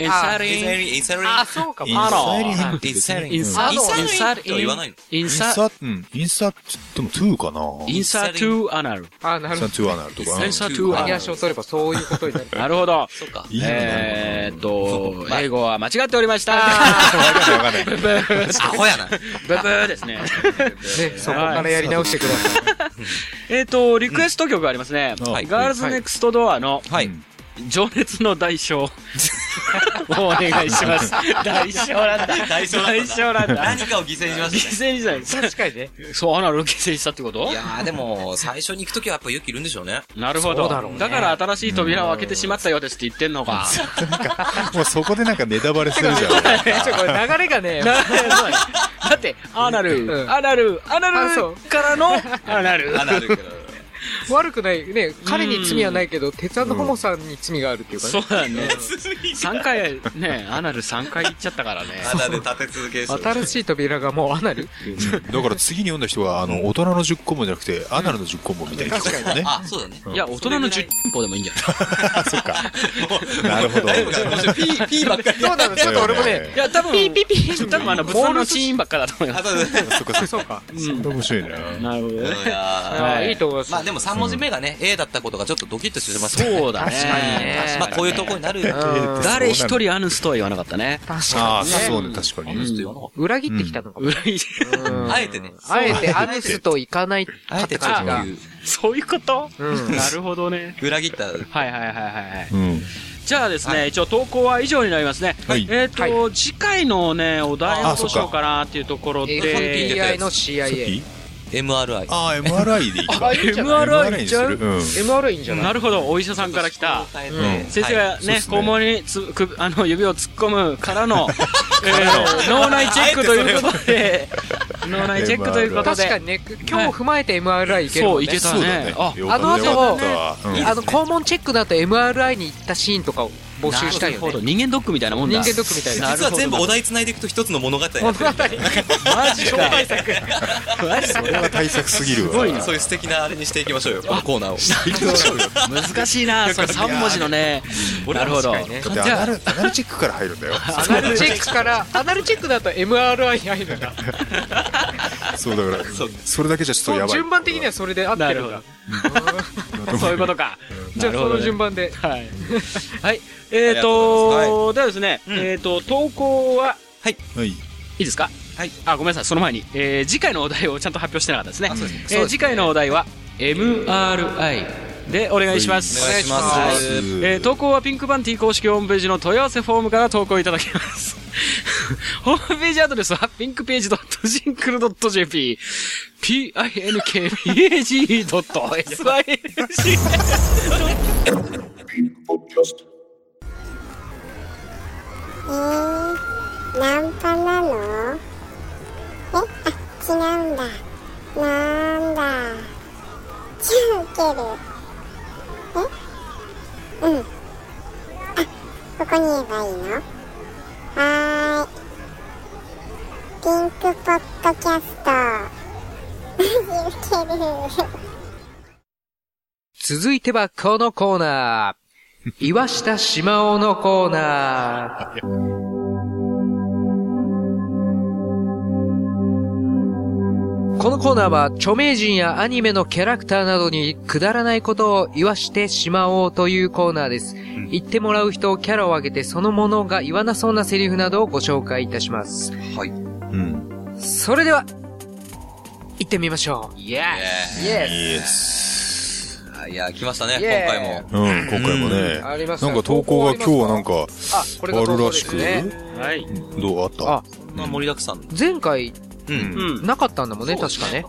S6: インサ
S7: あ
S6: ーリン、
S3: インサリン、
S7: あ、そうか、
S6: あの
S4: インサイリン
S3: インサリン、
S6: インサ
S7: イ
S6: ー
S7: ンサ
S6: ト、
S7: ー
S6: インサー
S3: とは言わないの。
S6: イン
S4: イン
S6: サー、
S4: サ、うん、インサ、でも、トゥーかな
S6: インサートゥアナル。
S7: あ、なる
S4: イン
S7: ほ
S4: サトゥーアナルとか。
S6: インサートゥ
S7: ど。
S6: アナル
S7: 足。を取ればそういうことになる。
S6: なるほど。
S3: そうか。
S4: いいの
S6: えーっと
S3: ま、あ
S6: 英語は間違っておりました。
S4: わかんないわかんない。
S6: ブーブ
S3: アホやな。
S6: ーですね。
S7: ね、 そこからやり直してください。
S6: えっと、リクエスト曲がありますね。
S4: うんはい
S6: ガールズネクストドアの
S3: はい。
S6: 情熱の代償をお願いします。代償なんだ。
S3: 代償なんだ
S6: なんだ。
S3: 何かを犠牲にしま
S6: 犠
S3: し
S6: 牲にじゃない。
S7: 確かにね。
S6: そう、アナルを犠牲にしたってこ
S3: た。
S6: と
S3: いやー、でも、最初に行くときはやっぱ勇気いるんでしょうね。
S6: なるほど。
S7: そうだ
S6: だ
S7: ろうね
S6: から新しい扉を開けてしまったようですって言ってんのか。
S4: もうそこでなんかネタバレするじゃん。
S7: ちょ、これ流れがね、
S6: なそうだね だって、アナ
S7: う
S6: ル、
S7: ん
S6: アナル、アナ
S7: あそう
S6: ルからの、アナル。
S3: あ、な るけど。
S7: 悪くない。ね、彼に罪はないけど、鉄腕のホモさんに罪があるっていうか
S6: そ
S7: ね。
S6: うだね。3回、ね、アナル3回行っちゃったからね。
S3: あなで立て続けでしょ。
S7: 新しい扉がもうアナル
S4: だから次に読んだ人は、あの、大人の10コンボじゃなくて、アナルの10コンボみたいな人だね。
S3: あ、そうだね。
S6: いや、大人の10歩でもいいんじゃない
S4: あ、そっか。 なるほど。
S3: ピー、ピーばっかり。
S7: そうなの、ちょっと俺もね、
S6: いや、多分、ピピピ多分あの、仏壇のシーンばっかだと思いま
S3: あ、
S6: す。
S3: そうだね。
S4: そっかそ
S7: そ
S4: っ
S7: うか。
S4: か。面白いな。
S6: なるほど
S3: いや
S7: あ
S6: は
S7: あ
S6: い
S7: いいと思いま
S3: ー
S7: す。
S3: まあでも3文字目がね、A だったことがちょっとドキッとしてましたね。
S6: そうだね。
S7: 確かにね
S6: 確
S3: ま
S6: か
S3: あこういうとこになる。ちょっ
S7: うん
S6: 誰一人アヌスとは言わなかったね。
S7: 確
S4: あ
S7: か
S4: あ、
S7: にね。
S4: そうね、確か
S3: と
S4: に。
S3: 言わなかっ
S7: 裏切ってきたのかも。
S6: 裏切り。
S7: うん
S3: あえてね
S7: あえて、アヌスと行かない
S3: た。あえてちょ
S7: 形
S3: っと
S7: が。
S6: そういうこと
S7: うん
S6: なるほどね。
S3: 裏切った。
S6: はいはいはいはいはい。
S4: うん。
S6: じゃあです
S3: は
S6: ね、一応投稿は以上になりますね。
S4: はい
S6: えっと、次回のね、お題を
S4: あ
S6: ど
S4: そうっか
S6: しようかなっていうところで、
S7: FBI の
S4: さっ
S7: CIA。
S4: き
S3: MRI。
S4: ああ、MRI でいいか。
S7: いいんじゃない
S6: MRI にしちゃう
S7: MRI いいんじゃない
S6: なるほど、お医者さんから来た。
S3: うん
S6: 先生
S4: そ
S6: が
S4: うっ
S6: ね、
S4: すね
S6: 肛門につくあの指を突っ込むからの、えー脳内チェックということで、脳内チェックということで。
S7: 確かにね、今日踏まえて MRI いけるもん
S6: そう、
S7: ね。
S6: いけた
S4: そうだね。
S6: ねあ、
S4: よかったよかったうん
S7: あの、肛門チェックの後 MRI に行ったシーンとかを募集したいよ
S6: なるほど
S7: ね。
S6: 人間ドックみたいなもんだ。
S7: 人間ドックみたい な
S3: 実は全部お題繋いでいくと一つの物語になってるみたいな
S6: マジか。マジ
S4: それは対策すぎるわ
S6: すごいな
S3: そういう素敵なあれにしていきましょうよ、このコーナーを。
S6: 難しいな、それ3文字のね。なるほど。
S7: 確かにね
S4: だって
S6: じ
S4: ア
S6: ゃ
S4: ナ
S6: あ
S4: ルアナルチェックから入るんだよ
S7: アナルチェックから、アナルチェックだと MRI に入るんだ。
S4: そうだから
S3: そう
S4: それだけじゃちょっとやばい
S7: 順番的にはそれで合ってるん
S6: な
S7: だ
S6: る。そういうことか。
S7: じゃあ、
S6: なるほ
S7: そ
S6: ど
S7: の
S6: ね
S7: 順番で。
S6: はい。はい。え
S3: あ
S6: っ
S3: りがとう
S6: と、ではですね、
S3: うん
S6: えっと、投稿は、
S4: はい
S6: いいですか
S3: はい。
S6: あ、ごめんなさい、その前に、えー次回のお題をちゃんと発表してなかったですね。
S3: あそうですね
S6: えー次回のお題は、MRI でお願いします。
S3: お願いします
S6: はいえー投稿はピンクバンティ公式ホームページの問い合わせフォームから投稿いただけ ます。ホームページアドレスは、ピンクページ .jinkle.jp、pinkpage.syn。
S1: えー、ナンパなのえあ、違うんだ。なんだ。じゃあ受ける。えうん。あ、ここに言えばいいのはーい。ピンクポッドキャスト。 マジ受ける。
S7: 続いてはこのコーナー。岩下島尾のコーナー。このコーナーは著名人やアニメのキャラクターなどにくだらないことを言わしてしまおうというコーナーです。言ってもらう人、キャラを挙げてそのものが言わなそうなセリフなどをご紹介いたします。
S4: うん
S7: それでは、行ってみましょう。イエスイエ
S4: イエス
S3: いや、来ましたね、
S7: イエ
S3: 今
S7: ーイ
S3: 回も。
S4: うん今回もね
S7: スあります
S4: なんか投稿が今日はなんか
S7: あ、こ
S4: あ
S7: れが
S4: る
S7: 投稿
S4: ら
S7: で
S4: し
S7: す
S4: く
S7: ね。
S6: はい。
S4: どうあった
S7: あ
S3: まあ、盛りだくさん。
S7: 前回
S3: うん。
S6: うん。
S7: なかったんだもんね、確かね。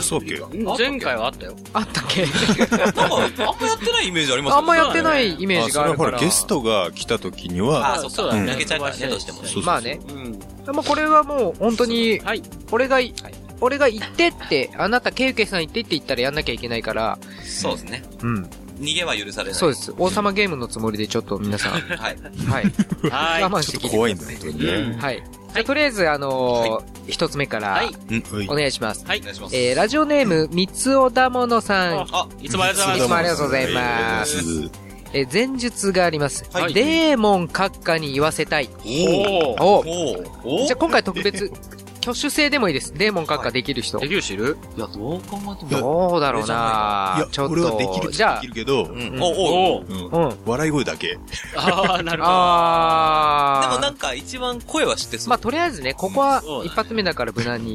S4: そうだっけ
S6: 前回はあったよ。
S7: あったっけ
S3: なんか、あんまやってないイメージあります
S7: あんまやってないイメー
S4: あ
S7: ジ
S4: そ
S7: があ
S4: れ
S7: る
S4: はほ
S7: からら。
S4: ゲストが来た時に
S3: あ、
S4: は
S3: そっ
S6: そう
S3: か。
S6: だね
S3: 投げちゃうからね、どうしてもね。
S4: そう
S7: まあね。
S6: うん。
S7: まあこれはもう本当に、
S6: はい。
S7: 俺がい、俺が言ってって、あなた、ケウケさん言ってって言ったらやんなきゃいけないから、
S3: そうですね。
S7: うん。
S3: 逃げは許されない。
S7: そうです。王様ゲームのつもりでちょっと皆さん、は
S3: はい。
S7: い。
S6: はい
S7: 我。慢し
S4: ち
S7: て
S4: ょっと
S7: 聞い
S4: 怖い
S7: て
S4: ん
S7: く
S4: だね
S7: ださい。
S4: 本当にね
S7: はい。じゃあとりあえず、あのー、一つ目から
S6: はい、
S4: うん
S7: お願いします。
S6: はい
S3: お。願いします。
S7: えー、ラジオネーム、三つおだものさん。
S6: あ、いつもありがとうござい
S7: いつも
S6: ま
S7: ありがとうございます
S4: ありがとうございます
S7: えー、前述があります。
S6: はい
S7: デーモン閣下に言わせたい。
S6: す。お
S7: お
S6: ー
S7: う
S3: おーおー
S7: じゃあ今回特別、挙手制でもいいです。デーモン閣下できる人。
S6: できる人いる
S3: いや、どう考えても。
S7: どうだろう
S4: い
S7: な
S4: や
S7: ちょっと。
S4: 俺はできる
S7: じ
S4: で
S7: ゃ
S4: きるけど
S3: うん。
S7: うん
S3: おおお
S6: ー
S4: うん
S7: あ、うん。
S4: 笑い声だけ
S6: ああ、なるほど。
S7: あー。
S3: でもなんか、一番声は知ってそ
S7: ま
S3: う
S7: あ。とりあえずね、ここは
S6: そうだね
S7: 一発目だから無難に。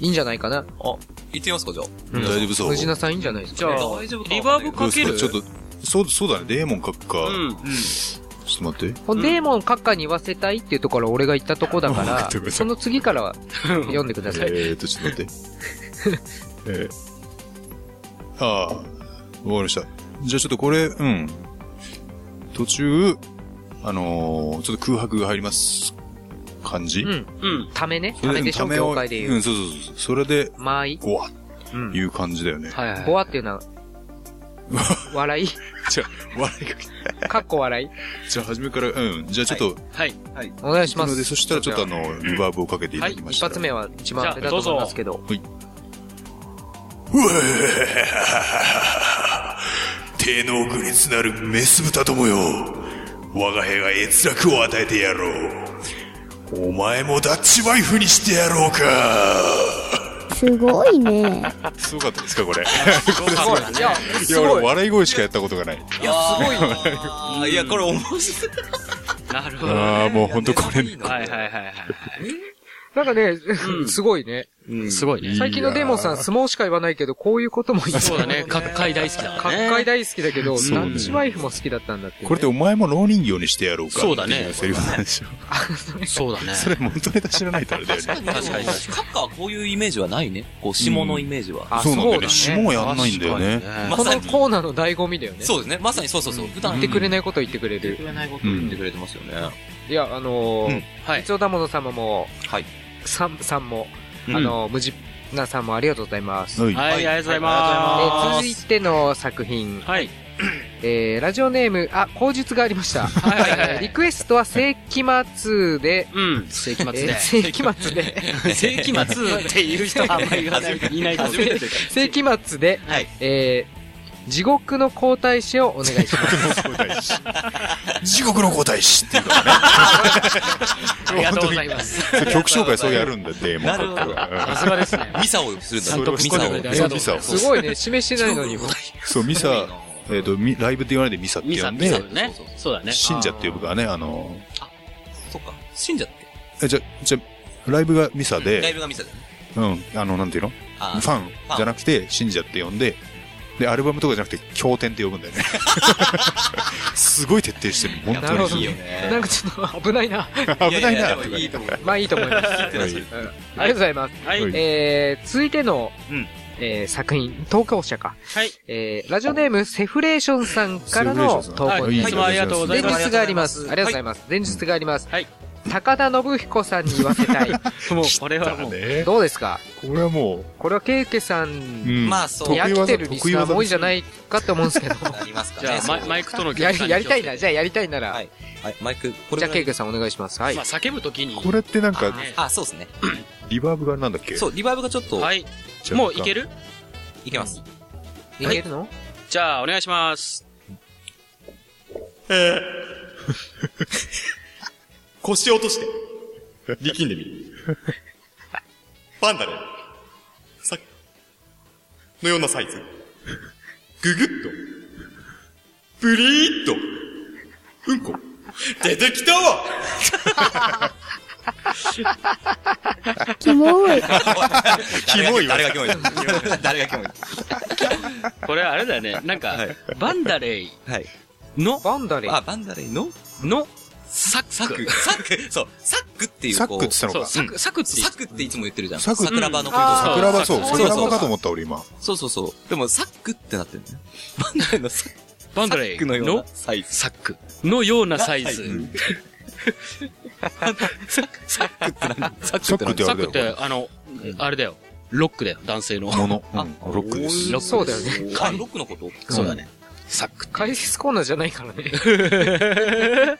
S7: いいんじゃないかな。
S3: 行ってみますか、じゃあ。
S7: うん
S4: 大丈夫そう
S7: 藤野さんいいんじゃないですか。
S6: じゃあ
S3: 大丈夫か、
S6: リバー
S4: ど
S6: ブか
S4: うす
S6: け
S4: る
S6: る
S4: ちょっとそうそうだねデーモン閣下
S6: うん。
S4: ちょっと待って
S7: ほんでデーモン閣下に言わせたいっていうところは俺が言ったとこだか
S4: うんわかってく
S7: ら、
S4: ださい
S7: その次からは読んでください。
S4: えーと、ちょっと待 って。えー、ああ、わかりました。じゃあちょっとこれ、うん。途中、あのー、ちょっと空白が入ります感じ。
S7: うん。
S6: うん。
S7: ためね。
S4: そ
S7: た
S4: れ
S7: めでしょ、
S4: ためを
S7: 業界で
S4: う
S7: 言う。
S4: ん、そうそうそう。それで、
S7: まあいい。
S4: ごわっ
S7: うん
S4: い。う感じだよね。
S6: はいはい。
S7: ボワっていうのは、笑い
S4: じゃあ、笑いが来
S7: かっこ笑い
S4: たじゃあ、初めから、うん。じゃあちょっと、
S6: はい。
S7: お願いし
S4: な
S7: ま
S4: の
S7: す
S4: で、。そしたらちょっとあの、リバーブをかけていただきまし
S7: 一
S4: たら。
S7: 発目は一番手だと思いますけど。
S4: 手の奥につなるメス豚どもよ我が兵が閲楽を与えてやろうお前もダッチワイフにしてやろうか
S2: すごいね。
S4: すごかったですかこ れ
S7: いや、
S4: いや俺笑い声しかやったことがない
S3: いや、すごいな。いや、これ面白い。
S6: なるほど。は
S4: ああもう本当これ
S6: いはいはいはい。
S7: なんかね、すごいね。
S6: うん、すごいね。
S7: 最近のデーモンさん、相撲しか言わないけど、こういうことも言って
S6: そう だね。各界大好きだもんね。
S7: 各界大好きだけど、
S4: そうね
S7: ナッチワイフも好きだったんだっていうね。
S4: これってお前も老人形にしてやろうか
S6: そうだね
S4: っていセリフなんでしょ
S6: そうだね。
S4: それ本当ネタ知らないとあれだよね
S6: 確かに確
S3: カッカはこういうイメージはないね。こう、下のイメージは。
S7: あ、
S4: そ
S7: そうう
S4: なんだ
S7: だ
S4: よね
S7: ね。
S4: 指紋はやんないんだよね
S3: ま
S7: こ
S3: さ
S7: の
S3: に。
S7: コーナーの醍醐味だよね。
S3: そうですね。まさにそうそうそう。普段
S7: 言ってくれないこと言ってくれる。
S3: 言ってくれないこと言ってくれてますよね。
S7: いや、あの
S4: う
S7: ー
S4: ん、
S6: はい
S7: 一。応だもの様も、
S3: はい。
S7: さん、さんも、
S3: うん
S7: あの、無事なさんもありがとうございます。
S4: はい。
S6: はい、ありがとうござい
S7: え
S6: ま
S7: ー
S6: す。
S7: 続いての作品、
S6: はい。
S7: えーラジオネーム、あ、口述がありました。
S6: はい
S7: えーリクエストは世紀末で、
S6: うん。世紀
S7: えー世紀末 で、
S6: 世紀末っていう人はあんまりいないいないと思う。
S7: 世紀末で、
S3: はい
S7: えー地獄の皇太子をお願いします。
S4: 地獄の皇太子っていうからね。
S7: ありがとうございます。
S4: そう曲紹介そうやるんだって、もう
S3: なるほど
S6: さすがですね。
S3: ミサをするんだ
S4: それを
S3: ミサ
S6: それを
S3: を。
S4: そうミサを
S7: すごいね、示してないのに。
S4: そう、ミサ、えっと、みライブで言わないでミサって
S6: ミ
S4: 呼
S6: サ、
S4: ん
S6: ミサ
S4: で、
S6: ね。そうだね。
S4: 信者って呼ぶからね、あの、
S3: そっか。死んじゃって。
S4: え、じゃ、じゃ、ライブがミサ
S3: ライ
S4: で、
S3: ブがミサだよね。
S4: うん、あの、なんていうの
S3: あ
S4: フ
S3: ー
S4: ァンじゃなくて、信者って呼んで、で、アルバムとかじゃなくて、経典って呼ぶんだよね。すごい徹底してる、本
S7: なる
S4: 当
S7: ほど
S3: いいよ
S4: に。
S3: ね。
S7: なんかちょっと危ないな。
S4: 危ないな、
S3: やや
S4: と
S3: で
S4: か
S3: も
S4: ね
S3: いいと思う。
S7: まあいいと思います。うんあ
S4: はい
S7: りがとうございます。
S6: はい。
S4: はい
S7: えー、続いての、
S3: うん
S7: えー作品、投稿者か。
S6: はい。
S7: えー、ラジオネーム、セフレーションさんからの
S4: セフレーションさ
S7: 投
S4: ん
S7: 稿
S6: はい。
S7: で
S6: い
S7: す
S6: つ。もありがとうござ
S7: 前
S6: います。
S7: 日があります。ありがとうござい
S3: ま
S7: ます。前日があります。
S6: はい。
S7: 高田信彦さんに言わせたい。
S6: もう、これは
S4: だ
S6: もう、
S4: ね。
S7: どうですか
S4: これはも
S7: これはケイケさ
S4: う、うんん。
S3: まあ、そう。
S7: に
S3: な
S7: 飽きてるリスナーも多いんじゃないいかって思うんですけど。
S3: りますか
S6: じ
S3: らね
S6: ゃあ、マイマイクとの距
S7: やり、
S6: 離感に
S7: やりたいな。
S6: 気をつ
S7: じゃあやりたいな
S3: は
S7: ら
S3: い。はい、マイク、これ
S7: じゃあ
S3: ぐ
S7: ケ
S3: ら
S7: イ
S3: い
S7: ケさんお願いします。は
S6: けて
S7: い
S6: まあ、。叫ぶときに。
S4: これってなんか、
S6: ね
S3: あ、そうですね。
S4: リバーブがなんだっけ
S3: そう、リバーブがちょっと、、
S6: はいい。
S4: 若干
S6: もういける
S3: けます。
S7: いけるの
S6: じゃあ、お願いします。
S8: 腰落として、力んでみる。パンダで、さ、のようなサイズ。ぐぐっと、ブリーっと、うんこ、出てきたわ
S2: キモい。
S3: キ
S4: モいわ
S3: 誰がキモい誰がキモい
S6: これ、あれだ よね。なんか
S3: はい、
S6: バンダレイ
S3: はい。
S6: の、
S7: バンダレー
S3: あ、バンダレイの
S6: の、サ
S3: サッ
S6: ック
S3: ク。。サック、そう、サックっていう、
S4: サック
S3: こ
S4: って
S3: う、
S4: 言ったの
S6: そう、
S4: か。
S6: サク、サクって
S3: サックっていつも言ってるじゃん。
S4: サック
S3: 桜庭のこと
S6: あー
S4: 桜庭そう、
S6: そう
S3: そう
S4: 桜庭かと思った俺今。
S3: そうそうそう。でも、サックってなってるんだよ。バンダレイのサック
S6: バンダレイ
S3: のよう
S6: の
S3: なサイズ。
S6: サックのようなサイズ。
S3: サ
S4: サ
S3: ッ
S4: ッ
S3: ク
S4: ク
S3: っ
S4: ってて
S6: サ
S4: あ
S6: ック
S4: れ
S6: っ
S4: だ
S6: て
S4: よ。、
S6: あの、あれだよ。ロックだよ、男性の。
S4: もの。うん、ロックです。
S6: ロック
S7: そうだよね。
S3: あ、ロックのこと
S6: そうだね。サック。
S7: 解説コーナーじゃないからね。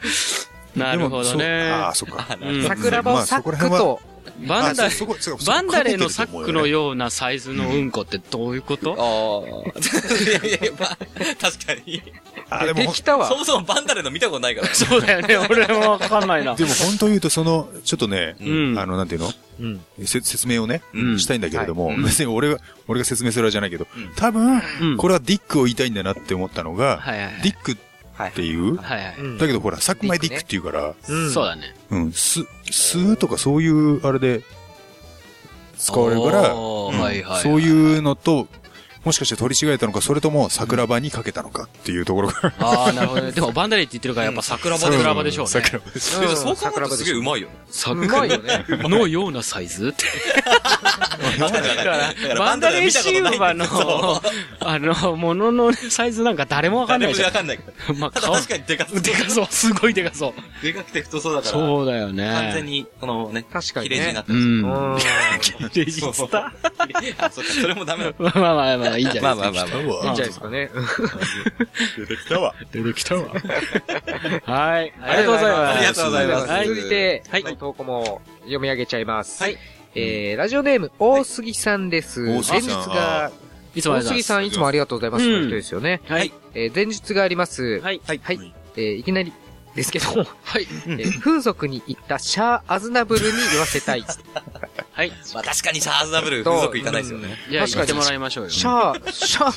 S6: なる
S4: でも
S6: ほど
S4: そうあ
S6: ね
S4: あ、。そっか。
S6: うん
S7: 桜庭をサック
S4: まあそこ
S7: と、
S6: バンダ
S4: あ
S6: レ
S4: そそこそこ
S6: イ、バンダレイのサックの
S4: よ
S6: ようなサイズのうんこってどういうこと
S3: ああ。 いやいやいや、まあ確かに。
S4: あ、で
S7: 出
S4: も
S7: て、きたわ
S3: そ。もそもバンダレイの見たことないから。
S6: そうだ よね、俺もわかんないな。
S4: でも本当言うと、その、ちょっとね、
S6: うん
S4: あの、なんていうの
S7: うん。。
S4: せ説明をね、
S6: うん
S4: したいんだけれども、
S6: はいうん
S4: 別に俺が、俺が説明するわけじゃないけど、
S3: うん
S4: 多分、
S6: うん
S4: これはディックを言いたいんだなって思ったのが、
S6: はいはいはい
S4: ディックっていう、
S6: はいはいう
S7: ん
S4: だけどほら、サクマイディックっていうから、
S7: うん
S6: そうだね。
S4: うん、す、すーとかそういう、あれで、使われるから、
S6: おー
S4: うん
S6: はいはい。
S4: そう
S6: う。
S4: いうのと、もしかして取り違えたのか、それとも桜庭にかけたのかっていうところが、
S6: ああ、なるほどね。でもバンダレイって言ってるからやっぱ桜庭
S4: うん
S6: 桜庭でしょうね。
S4: 桜庭でしょ
S3: でもそう考えるとすげえうまいよね。
S6: サ
S7: うまいよね。
S6: のようなサイズって。だから
S3: から、
S6: バンダレイシーバー
S3: バンダレイ見たこ
S6: の、あの、もののサイズなんか誰もわかんな
S3: 誰
S6: い
S3: も
S6: じゃ
S3: わかんないけど。
S6: ん。まあ、
S3: ただ
S6: 顔、
S3: 確かにでかそう。
S6: でかそう。すごいでかそう。
S3: でかくて太そうだから。
S6: そうだよね。
S3: 完全に、このね、
S7: 確かに
S3: 切れ字にな
S7: ね
S3: っ。て
S6: う
S3: る。
S6: ん。
S7: うん。
S6: レジスタ
S3: あ、そっか、それもダメだ。
S6: まあまあまあまあ、いいんじゃ
S3: ま
S6: な
S3: あ
S6: い
S3: まあまあまあ。
S7: いいんじゃないですかね。
S4: 出てきたわ。
S6: 出てきたわ。はい。ありがとうございます。
S3: ありがとうございます
S6: は
S7: 続いて、
S6: はい
S7: この投稿も読み上げちゃいます。
S3: はい
S7: えー、ラジオネーム、大杉さんです。
S4: 大
S7: 前
S4: 杉
S7: 日
S4: さん
S7: が、
S6: いつもあ
S7: 大
S6: りがとうご
S7: 杉
S6: ざいます。
S7: さんいつもありがとうございます。
S6: うん
S7: の人ですよね。
S6: はい。
S7: えー、前日があります。
S6: はい。はい。
S7: はい。えー、いきなりですけど、
S6: はい。
S7: えー風俗に行ったシャア・アズナブルに言わせたい。
S6: はい。
S3: まあ確かにシャーズナブル、風俗行かないですよね。
S6: いや、
S7: 確かに
S6: 行ってもらいましょうよ。
S7: シャア、シャア、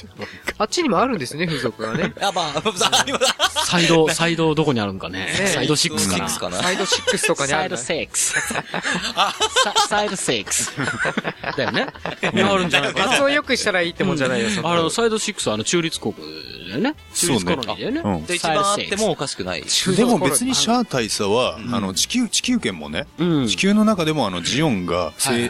S7: あっちにもあるんですね、風俗がね。
S3: あ、まあ、あります。
S6: サイド、サイドどこにあるんかね。
S7: ね
S6: サイド6かな。
S3: 6かな。
S7: サイド6とかにあ
S6: サ
S7: る
S6: イド
S7: んだ。
S6: 6。サ サイド6。だよね。あるんじゃないか
S7: 発
S6: な。
S7: 音よくしたらいいってもんじゃないよ、そんな
S6: あの、サイド6はあの、中立国だよね。中立コロニーだよね。
S4: そうねうん
S3: で、一番あってもおかしくない。
S4: でも別にシャア大佐は、あの、地球、地球圏もね、
S6: うん
S4: 地球の中でもあの、ジオンが、
S6: は
S4: せ
S6: い
S4: い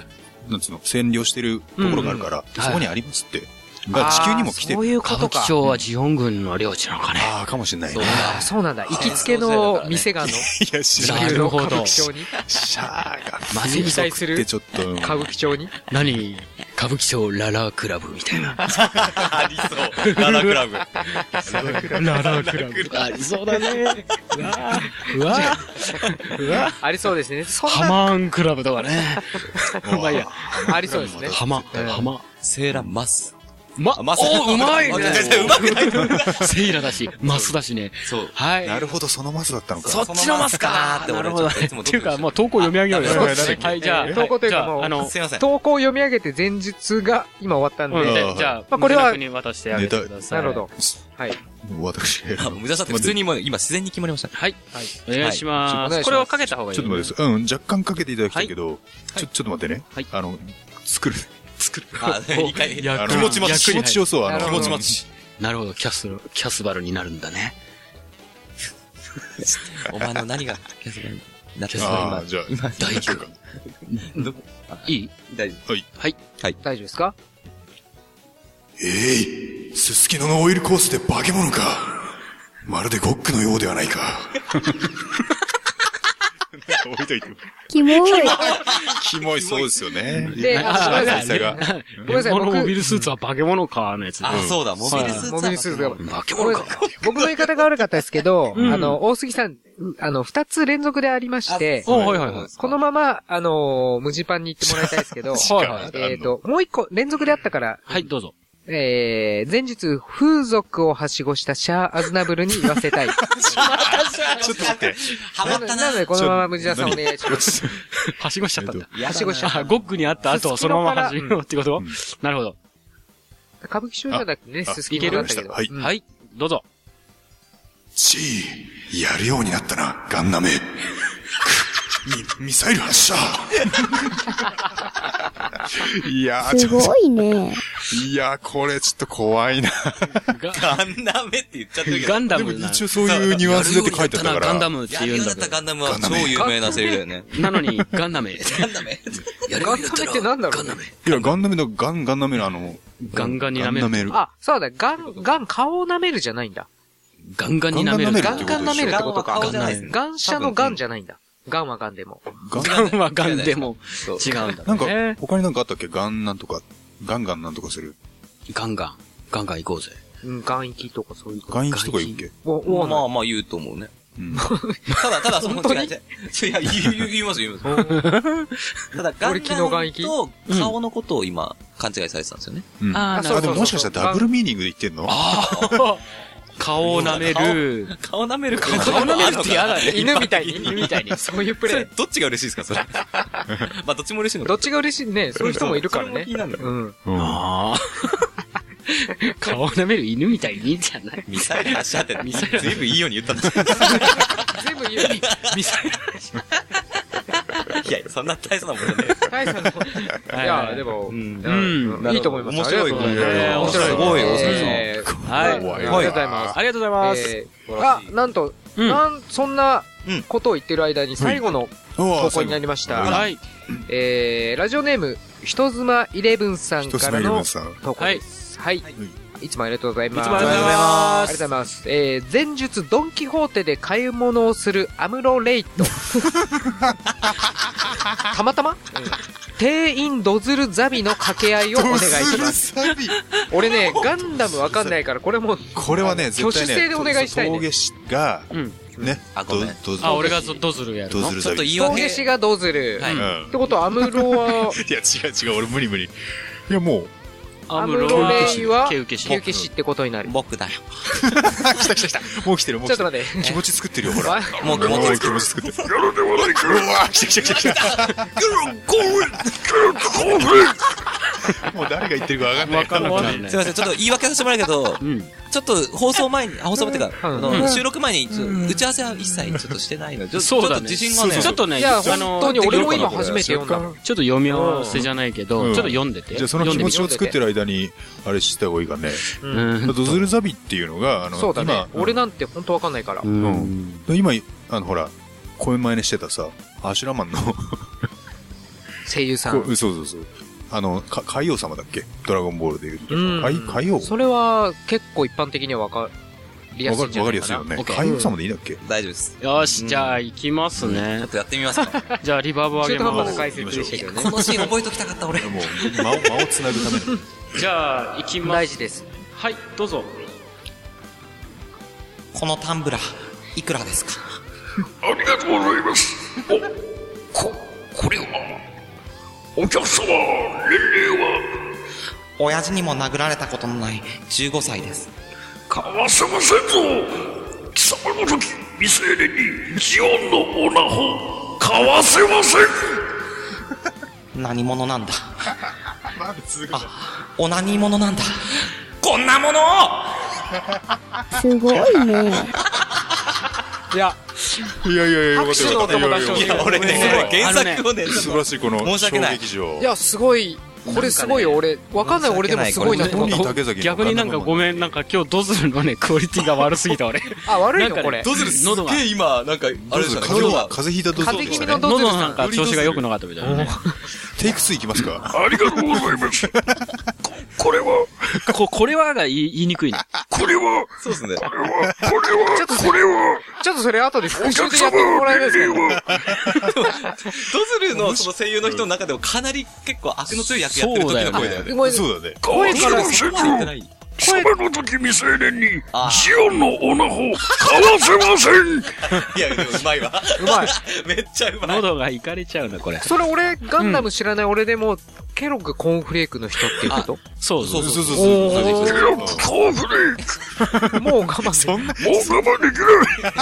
S4: なんつうの、占領してるところがあるから、
S6: うん
S4: そこにありますって。が地球にも来て
S7: そう
S4: る。
S7: いうこと
S6: 歌舞
S7: か
S6: 伎。町はジオン軍の領地なのかね。
S4: ああ、かもしれないね。
S7: あーそうなんだ。行きつけの店があるの。
S4: いや、知ら
S6: な
S4: ない。
S7: 地球
S6: る
S7: の
S6: ほど
S7: 歌舞伎町に。
S4: シャーが。
S6: まず
S7: に
S6: い
S7: 期待
S4: で、
S7: する
S4: ちょっと。
S7: 歌舞伎町に。
S6: 何歌舞伎町ララクラブみたいな。
S8: ありそう。ララクラブ。
S6: ララクラブ。ありそうだね。うわうわ
S7: ありそうですね。そん
S6: ハ
S7: な、
S6: マーンクラブとかね。まあいいや。
S7: ありそうですね。
S6: ハマ、ハマ。
S3: セーラーマス。
S6: ま、
S3: マス
S6: おう まいね。
S8: うまくない
S6: セイラだし、マスだしね。
S3: そう。
S6: はい。
S4: なるほど、そのマスだったのか。
S6: そっちのマスか
S3: そ
S6: な
S3: の
S6: る
S3: マス
S6: ほ
S3: か
S6: ど
S3: な
S6: ね
S3: ーって俺ちょっといつも
S6: っていうか、もう投稿読み上げようよ。
S4: あそうですね
S6: はい、じゃあ、
S7: 投稿というかもう
S6: じゃああの、
S3: すいません。
S7: 投稿を読み上げて前日が今終わったん
S6: うん
S7: で。
S4: あー
S6: じゃあ、
S7: まあこれは
S6: 無理なくに渡してあげてくださ。
S7: ないるほど。。はい。
S4: 私、ちょ
S3: あ
S4: っと
S3: もう無駄さって普通にもう今自然に決まりました。
S6: はい。お願いしま
S7: はい
S6: す。これはかけた方がいい。
S4: 待ってです。うん、若干かけていただきたいけど、ちょ、ちょっと待ってね
S6: はい。
S4: あの、作る。
S6: 作る。
S3: あ、二回。
S4: あの
S8: 気持ち待ち
S4: 気持ちよそう、あの、
S7: な
S8: 気
S7: るほ
S8: 持
S7: ど
S8: ち待ち。
S6: なるほど、キャス、キャスバルになるんだね。
S3: お前の何が、キャスバルなって
S4: ああ、
S3: 今、
S4: じゃあ、行
S3: 今、
S4: きましょうか。
S6: いい
S3: 大丈
S7: 大丈夫ですか
S4: えい、すすきののオイルコースで化け物か。まるでゴックのようではないか。置いといて。
S2: キモい。
S4: キモい、そうですよね。
S7: で、あごめんな
S4: さ
S7: さ
S4: さ
S7: い
S4: が。
S7: ごめんなさい、
S6: このモビ
S7: 僕、
S6: ルスーツは化け物か、のやつね。
S3: あ、そうだ、モビルスーツ。
S7: モビルスーツが
S6: 化け
S7: ごめん
S6: 物
S7: なさ
S6: か
S7: い。僕の言い方が悪かったですけど、
S6: うん
S7: あの、大杉さん、うあの、二つ連続でありまして、
S6: おはいはいはい。
S7: このまま、あのー、無地パンに行ってもらいたいですけど、
S6: はいはい
S7: えっと、もう一個連続であったから、
S6: はい、どうぞ。
S7: えー、前日、風俗をはしごしたシャア・アズナブルに言わせたい。
S4: ちょっと待って。
S3: ハマ
S7: な
S3: っ
S7: の
S3: た
S7: で、
S3: な。
S7: なのでこのまま無地田さんお願いします。
S6: はしごしちゃったんだ。
S7: はしごしちゃった
S6: あ、ゴックにあった後、そのまま始めようってこと、
S4: うん
S6: なるほど。
S7: 歌舞伎町じゃなくてね、
S4: あ
S7: すすきのだったけど。
S4: いけ
S7: うん
S6: はい、どうぞ。
S4: ちー、やるようになったな、ガンナメ。み、ミサイル発射いやー、ち
S2: す
S4: ょっ
S2: ごいね。
S4: と、いやー、これちょっと怖いな。
S3: ガンダムって言っちゃってるけど。
S6: ガンダ
S4: でも
S6: ムな。
S4: 一応そういうニュアンスでって書いてあったから。
S6: ガンダムって
S3: やる
S6: 言
S3: よう
S6: うん
S3: にな
S6: だ
S3: った
S6: けど。
S3: ガンダムは超有名なセリフだよね。
S6: なのに、ガンダム。
S3: ガンダムやる
S7: ガ
S3: よう
S7: ン
S3: にな
S7: ダ
S3: った
S7: メ
S3: ら
S7: ってなんだろうね
S4: いや、ガンダムのガン、ガンダメのあの、
S6: ガンガンに舐める
S4: ガンダメる。
S7: あ、そうだ、ガン、ガン、顔を舐めるじゃないんだ。
S6: ガンガンに舐める。
S4: ガ
S7: ガ
S4: ン
S7: ン
S4: ガ
S7: ガ
S4: ン
S7: ン
S4: 舐め
S7: 舐め
S4: る
S7: る
S4: っ
S7: ってて
S3: こ
S7: ことと
S3: かガンは顔
S7: か。
S3: じゃないですね
S7: ガン社のガンじゃないんだ。ガンはガンでも。
S4: ガン
S6: ガンはガンでも、違うんだ。
S4: なんか、他になんかあったっけガンなんとか、ガンガンなんとかする。
S6: ガンガン、ガンガン行こうぜ。
S7: うん、ガン行きとかそういうこと。
S4: ガンイキとか言うっけ
S7: お、お、
S3: まあまあ言うと思うね。
S4: うん。
S3: ただ、ただ、その違いで。いや、言う言う言います、言います。ただ、ガン
S7: 俺昨日
S3: ガ
S7: 眼
S3: ン
S7: 液
S3: と顔のことを今、勘違いされてたんですよね。
S4: うんあ、
S7: あ
S6: あ
S7: ーなるほ
S4: で
S7: ど
S4: ももしかしたらダブルミーニングで言ってんの
S6: 顔を舐める。
S3: 顔舐める顔
S6: 顔舐めるって嫌だね。
S7: 犬みたい に、犬みたいに。そういうプ
S3: そ
S7: レ
S3: れ
S7: イ。
S3: どっちが嬉しいですか、それ。 まあ、どっちも嬉しいの
S7: ど
S3: か。
S7: っちが嬉しいね。そういう人もいるからね。うん。
S4: うん。
S6: ああ。 顔を舐める犬みたいにいいんじゃない
S3: ミサイル発射って、ミサイル。随分いいように言ったんです
S7: 全部言うに、
S6: ミサイ
S3: いや、そんな大層なもんじゃない。
S7: 大さんの。 いや、でも、
S6: う
S7: うんんいいと思います。
S3: 面白い
S7: ありがとうござます
S6: ね
S7: 面白い。
S6: すごい
S3: 面白い
S7: えー
S6: ル。はい。
S7: あ
S4: 怖
S7: り
S4: い
S7: がとうございます。
S6: ありがとうございます。
S7: えーあ、なんと、
S6: うん
S7: なん、そんな
S3: うん
S7: ことを言ってる間に最後の
S4: お
S7: 投
S4: ー
S7: 稿になりまし
S4: あ
S7: た。
S6: はい。
S7: えー、ラジオネーム、人妻イレブンさん
S4: 一つ
S7: か
S4: 目
S7: ら
S4: イレブ
S7: の
S4: ンさん。
S7: 投稿です。はい。いつもありがとうございます。
S6: いつもありがとうござい
S7: あ
S6: ま
S7: りがとうご
S6: す
S7: ざいます。えー、前述ドンキホーテで買い物をするアムロレイト。たまたま、店員ドズルザビの掛け合いをお願いしま
S4: ド
S7: す。
S4: スルサビ
S7: 俺ね、ガンダムわかんないから、これも、
S4: これはね、絶対ね。
S7: 挙手制でお願いしたいね
S4: 峠師が、
S6: うん。
S4: ね、
S3: あごめん
S4: どどず
S6: あ、俺がどうするやる
S4: ど
S6: の
S4: ずる
S3: ちょ
S4: さ
S3: っと言
S4: び。
S3: い
S7: 峠
S3: 訳。
S7: 氏がドズル。
S3: はい
S4: うん。
S7: ってことは、アムロは、
S4: いや、違う違う、俺無理無理。いや、もう、
S7: アムロレイは、
S6: 受
S7: 受
S6: け受けし
S7: け師ってことになる。
S3: 僕だよ。
S4: 来た来た来た。もう来てる、もう
S7: ちょ
S4: 来
S7: ってと
S4: る。
S7: 待って。
S4: 気持ち作ってるよ、ほら。
S3: もう気持ち
S4: 気持ち作ってる。やるではないか。うわー、来た来た来た来た。もう誰が言ってるかわかんないから。
S6: わかんない
S3: すいません、ちょっと言い訳させてもらうけど、
S6: うん。
S3: ちょっと放送前に、あ放送前っていうか、あ
S7: う
S3: の
S7: ん
S3: 収録前にちょ打ち合わせは一切ちょっとしてないので、ちょちょ
S6: そう
S3: っ
S6: だ
S3: と
S6: ね
S3: 自信がね、
S6: ちょっとね、
S7: いや、
S6: あの
S7: 本当に俺も今
S6: ちょっ
S7: 初めて読んだ。
S6: と読み合わせじゃないけど、
S4: うん
S6: ちょっと読んでて。
S4: じゃあその気持ちを
S7: 読んでみて
S4: 作ってる間に、あれした方がいいかね。
S6: うん
S4: ドズルザビっていうのが、あの、
S7: そうだね。
S4: 今、
S7: 俺なんて本当わかんないから。
S6: うん
S4: うん今、あの、ほら、声前にしてたさ、アシュラマンの、
S7: 声優さ
S4: こ
S7: ん。
S4: うそうそうそう。あの、か、海王様だっけドラゴンボールで言うと。
S7: うん
S4: 海、海王
S7: それは結構一般的にはわかりや
S4: わ
S7: す
S4: か
S7: いんじ
S4: る
S7: ゃ
S4: わ
S7: な
S4: か
S7: い
S4: り
S7: か
S4: やすい
S7: な。
S4: よね。海
S7: OK
S4: 王様でいいんだっけ
S3: 大丈夫です。
S6: よし、じゃあ行きますね
S3: ちょっ。とやってみますか。
S6: じゃあリバーブ上
S7: 中
S6: げ
S7: 途半
S6: ま
S7: 端な
S6: す。
S7: 解説でしたけど ね
S3: こ。のシーン覚えときたかった、俺。
S4: もう、間を、間を繋ぐために。
S6: じゃあ行きま
S7: 大
S6: す。
S7: 事です。
S6: はい、どうぞ。
S3: このタンブラー、いくらですか
S9: ありがとうございます。お、こ、これは、お客様、年齢は、
S3: 親父にも殴られたことのない15歳です。
S9: かわせませんぞ。貴様の時、未成年に、ジオンのオナホ、かわせません。
S3: 何者なん だ。あ、お何者なんだ。こんなもの
S2: すごいね。
S5: いや、
S4: いやいやいや、よかったよかった。いやいや
S3: いや、俺ね、それ原作をね、
S4: 素晴らしい、この、
S3: 申し訳ない
S4: 小劇場。
S7: いや、すごい。これすごいよ、俺。わかんない俺でもすごいなと思
S4: ト
S7: っ
S4: ニ
S7: た
S4: ー。竹崎の
S6: 逆になんかごめん、なんか今日ドズルのね、 クオリティが悪すぎた俺。
S7: あ、悪いの
S6: なんかね
S7: これ。
S3: ドズルすっげえ今、なんか、あ
S4: どう
S3: れ
S4: す
S3: です
S4: る
S3: よね、今日
S4: 風邪
S3: は。
S4: 風邪ひいたどうぞ
S7: 風邪気味のド
S6: 喉
S7: ズル
S6: の
S7: さ
S6: なん
S7: ん。
S6: か調子が良くなかったみたいなね。
S4: テイク2いきますか。
S9: ありがとうございます。こ、これは、
S6: こ、これはが言い言いにくいな。
S9: これは、
S3: そうですね。
S9: これは、これは、これは、
S7: ちょっとそれ後で
S9: お
S7: 復習
S9: 客
S7: で
S9: 様
S7: やってもらえな
S9: 年
S7: いですかね
S9: 齢は、
S3: ドズルのその声優の人の中でもかなり結構悪の強い役やってる時の声だよね。
S7: ごめん
S4: そうだね。
S9: かわせま
S3: そ
S9: せん
S3: こまで言ってな
S9: ぞ。
S3: い。
S9: 貴様の時未成年に、ジオンのオナホ、かわせません。
S3: いや、でもうまいわ。
S7: うまい。
S3: めっちゃうまい。
S6: 喉がいかれちゃうな、これ。
S7: それ俺、ガンダム知らない俺でも、ケロッグコーンフレークの人っていうこ
S6: そうそう。
S4: そうそうそう。
S7: お
S9: ケロッグコーンフレーク、
S7: ともう我慢そんな。
S9: もう我慢できない。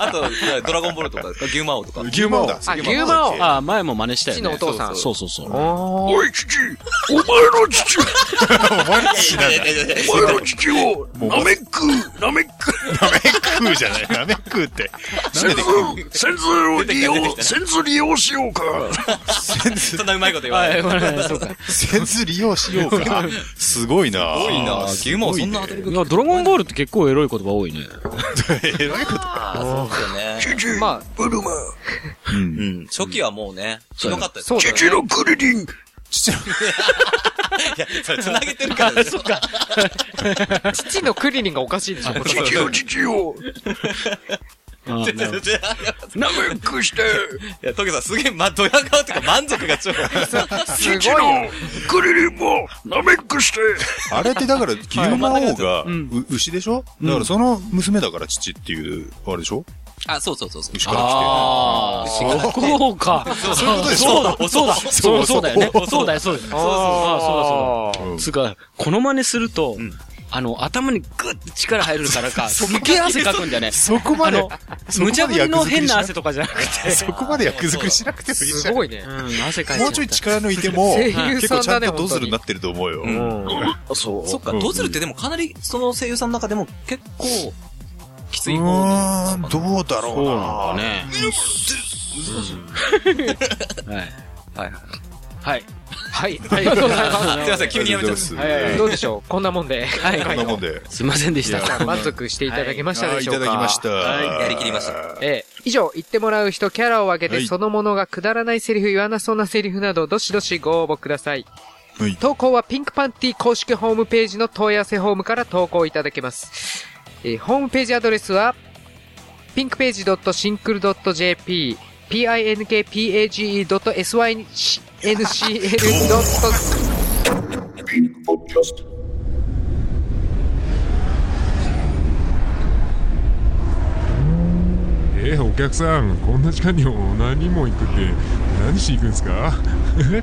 S3: あと、ドラゴンボールとか、牛魔王とか。
S4: 牛魔王だ。
S7: あ、牛魔王。
S6: ああ、前も真似したよね。
S7: 父のお父さん
S6: そうそうそうそう。
S7: おー
S9: おい、父、お前の父、お前の父を、ナメック、ナメック、
S4: ナメックじゃない。ナメックって。
S9: 先祖、先祖を利用、先祖利用しようか。
S3: そんなうまいこと言わない。
S6: そう か。
S4: せず利用しようか。すごいな。
S3: すごいな。牛魔王そんなアドリブ。
S6: ドラゴンボールって結構エロい言葉多いね。
S4: えらいこと。
S3: ああ、そうですよね。
S9: 父、
S7: ま
S9: ブルマ、
S4: うん。
S3: うん。初期はもうね、ひどかったです。
S7: そうだ
S9: 父
S7: よ
S9: の
S7: ね。
S9: クリリン、
S3: いや、それ繋げてるから ですよ。
S7: 父のクリリンがおかしいでしょ、これ
S9: 父の父を、
S6: あ
S3: 全然全然
S9: ナメックして、
S3: いや、トゲさんすげえ、ま、ドヤ顔っていうか満足がちょっ
S7: す
S9: 父
S7: ごいよ。
S9: のクリリンも、ナメックして、
S4: あれってだから、牛魔王が
S6: ん
S4: う牛でしょだからその娘だから父っていう、あれでしょ
S3: あ、そうそうそうそう。
S4: 牛
S3: あ
S4: から来
S6: ああ、そうか。
S4: そういうことでしょ
S6: そうだ、そうだ、そうそうだよね
S4: そう。
S6: そうだよ、そうだよ。そうだそうだそうだそうだ。
S7: あー
S4: うん
S6: つうか、この真似すると、あの、頭にグッて力入るからか、すげえ汗かくんだよね。
S4: そこ
S6: あ
S4: まで
S6: の、、無茶ぶりの変な汗とかじゃなくて。
S4: そこまで役作りしなくてもいいじ
S7: す
S4: ゃん。
S7: ごいね。
S6: うん、汗かいちゃ
S4: もうちょい力抜いても、
S7: 声優
S4: 結
S7: さ
S4: 構
S7: ん
S4: ちゃ
S7: だ
S4: ん
S7: ね、
S4: とド
S7: 本
S4: ズ
S7: 当
S4: ルにな。
S7: に
S4: ってると思うよ。
S3: そう。そっか、
S4: うん
S3: ドズルってでもかなり、その声優さんの中でも結構、きつ
S4: う
S3: い方
S4: ーん、どうだろうな。
S6: そうね。は
S3: は
S6: い。
S3: い。
S7: は
S6: はい。
S7: い。
S6: は。
S7: はいい。
S6: すい
S4: あ
S6: ま
S4: りがとうございま
S6: せん。
S4: す。
S3: 急にやめちゃった
S4: す
S6: はいはい
S7: どうでしょ うこんなもんで。はい。
S4: こんなもんで。
S6: すいませんでした。
S7: 満足していただけました
S4: あ
S7: で
S4: い
S7: しょ
S4: た
S7: うか
S4: だきました。
S6: はい
S3: やりきりました。
S7: ええ、以上、言ってもらう人、キャラを分けて、
S4: はい
S7: そのものがくだらないセリフ、言わなそうなセリフなど、どしどしご応募ください。
S4: はい
S7: 投稿はピンクパンティ公式ホームページの問い合わせフォームから投稿いただけます。えーホームページアドレスは、pinkpage.syncl.jp、pinkpage.syncl.jp
S9: ピンクポッキャスト。
S10: えーお客さんこんな時間に何も行くって何しに行くんですか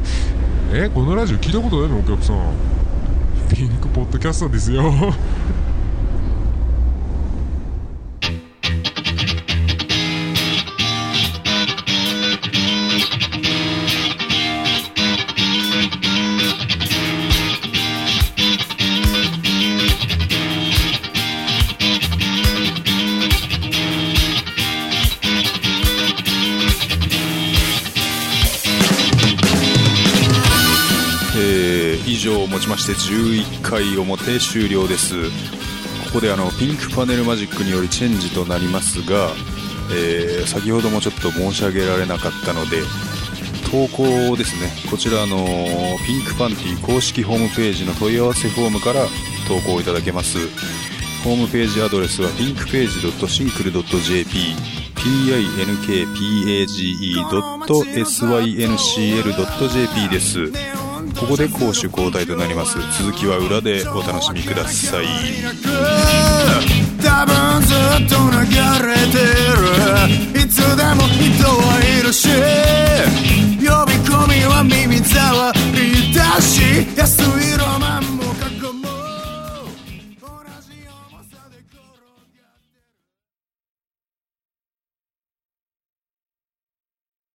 S10: えこのラジオ聞いたことないのお客さんピンクポッドキャストですよ
S4: えー以上をもちまして11回表終了ですここであのピンクパネルマジックによりチェンジとなりますが、えー先ほどもちょっと申し上げられなかったので、投稿ですねこちらあのピンクパンティ公式ホームページの問い合わせフォームから投稿いただけますホームページアドレスはピンクページ .syncl.jp pinkpage.syncl.jp ですここで攻守交代となります続きは裏でお楽しみください
S11: 多分ずっと流れてるいつでも人はいるし呼び込みは耳障りだし休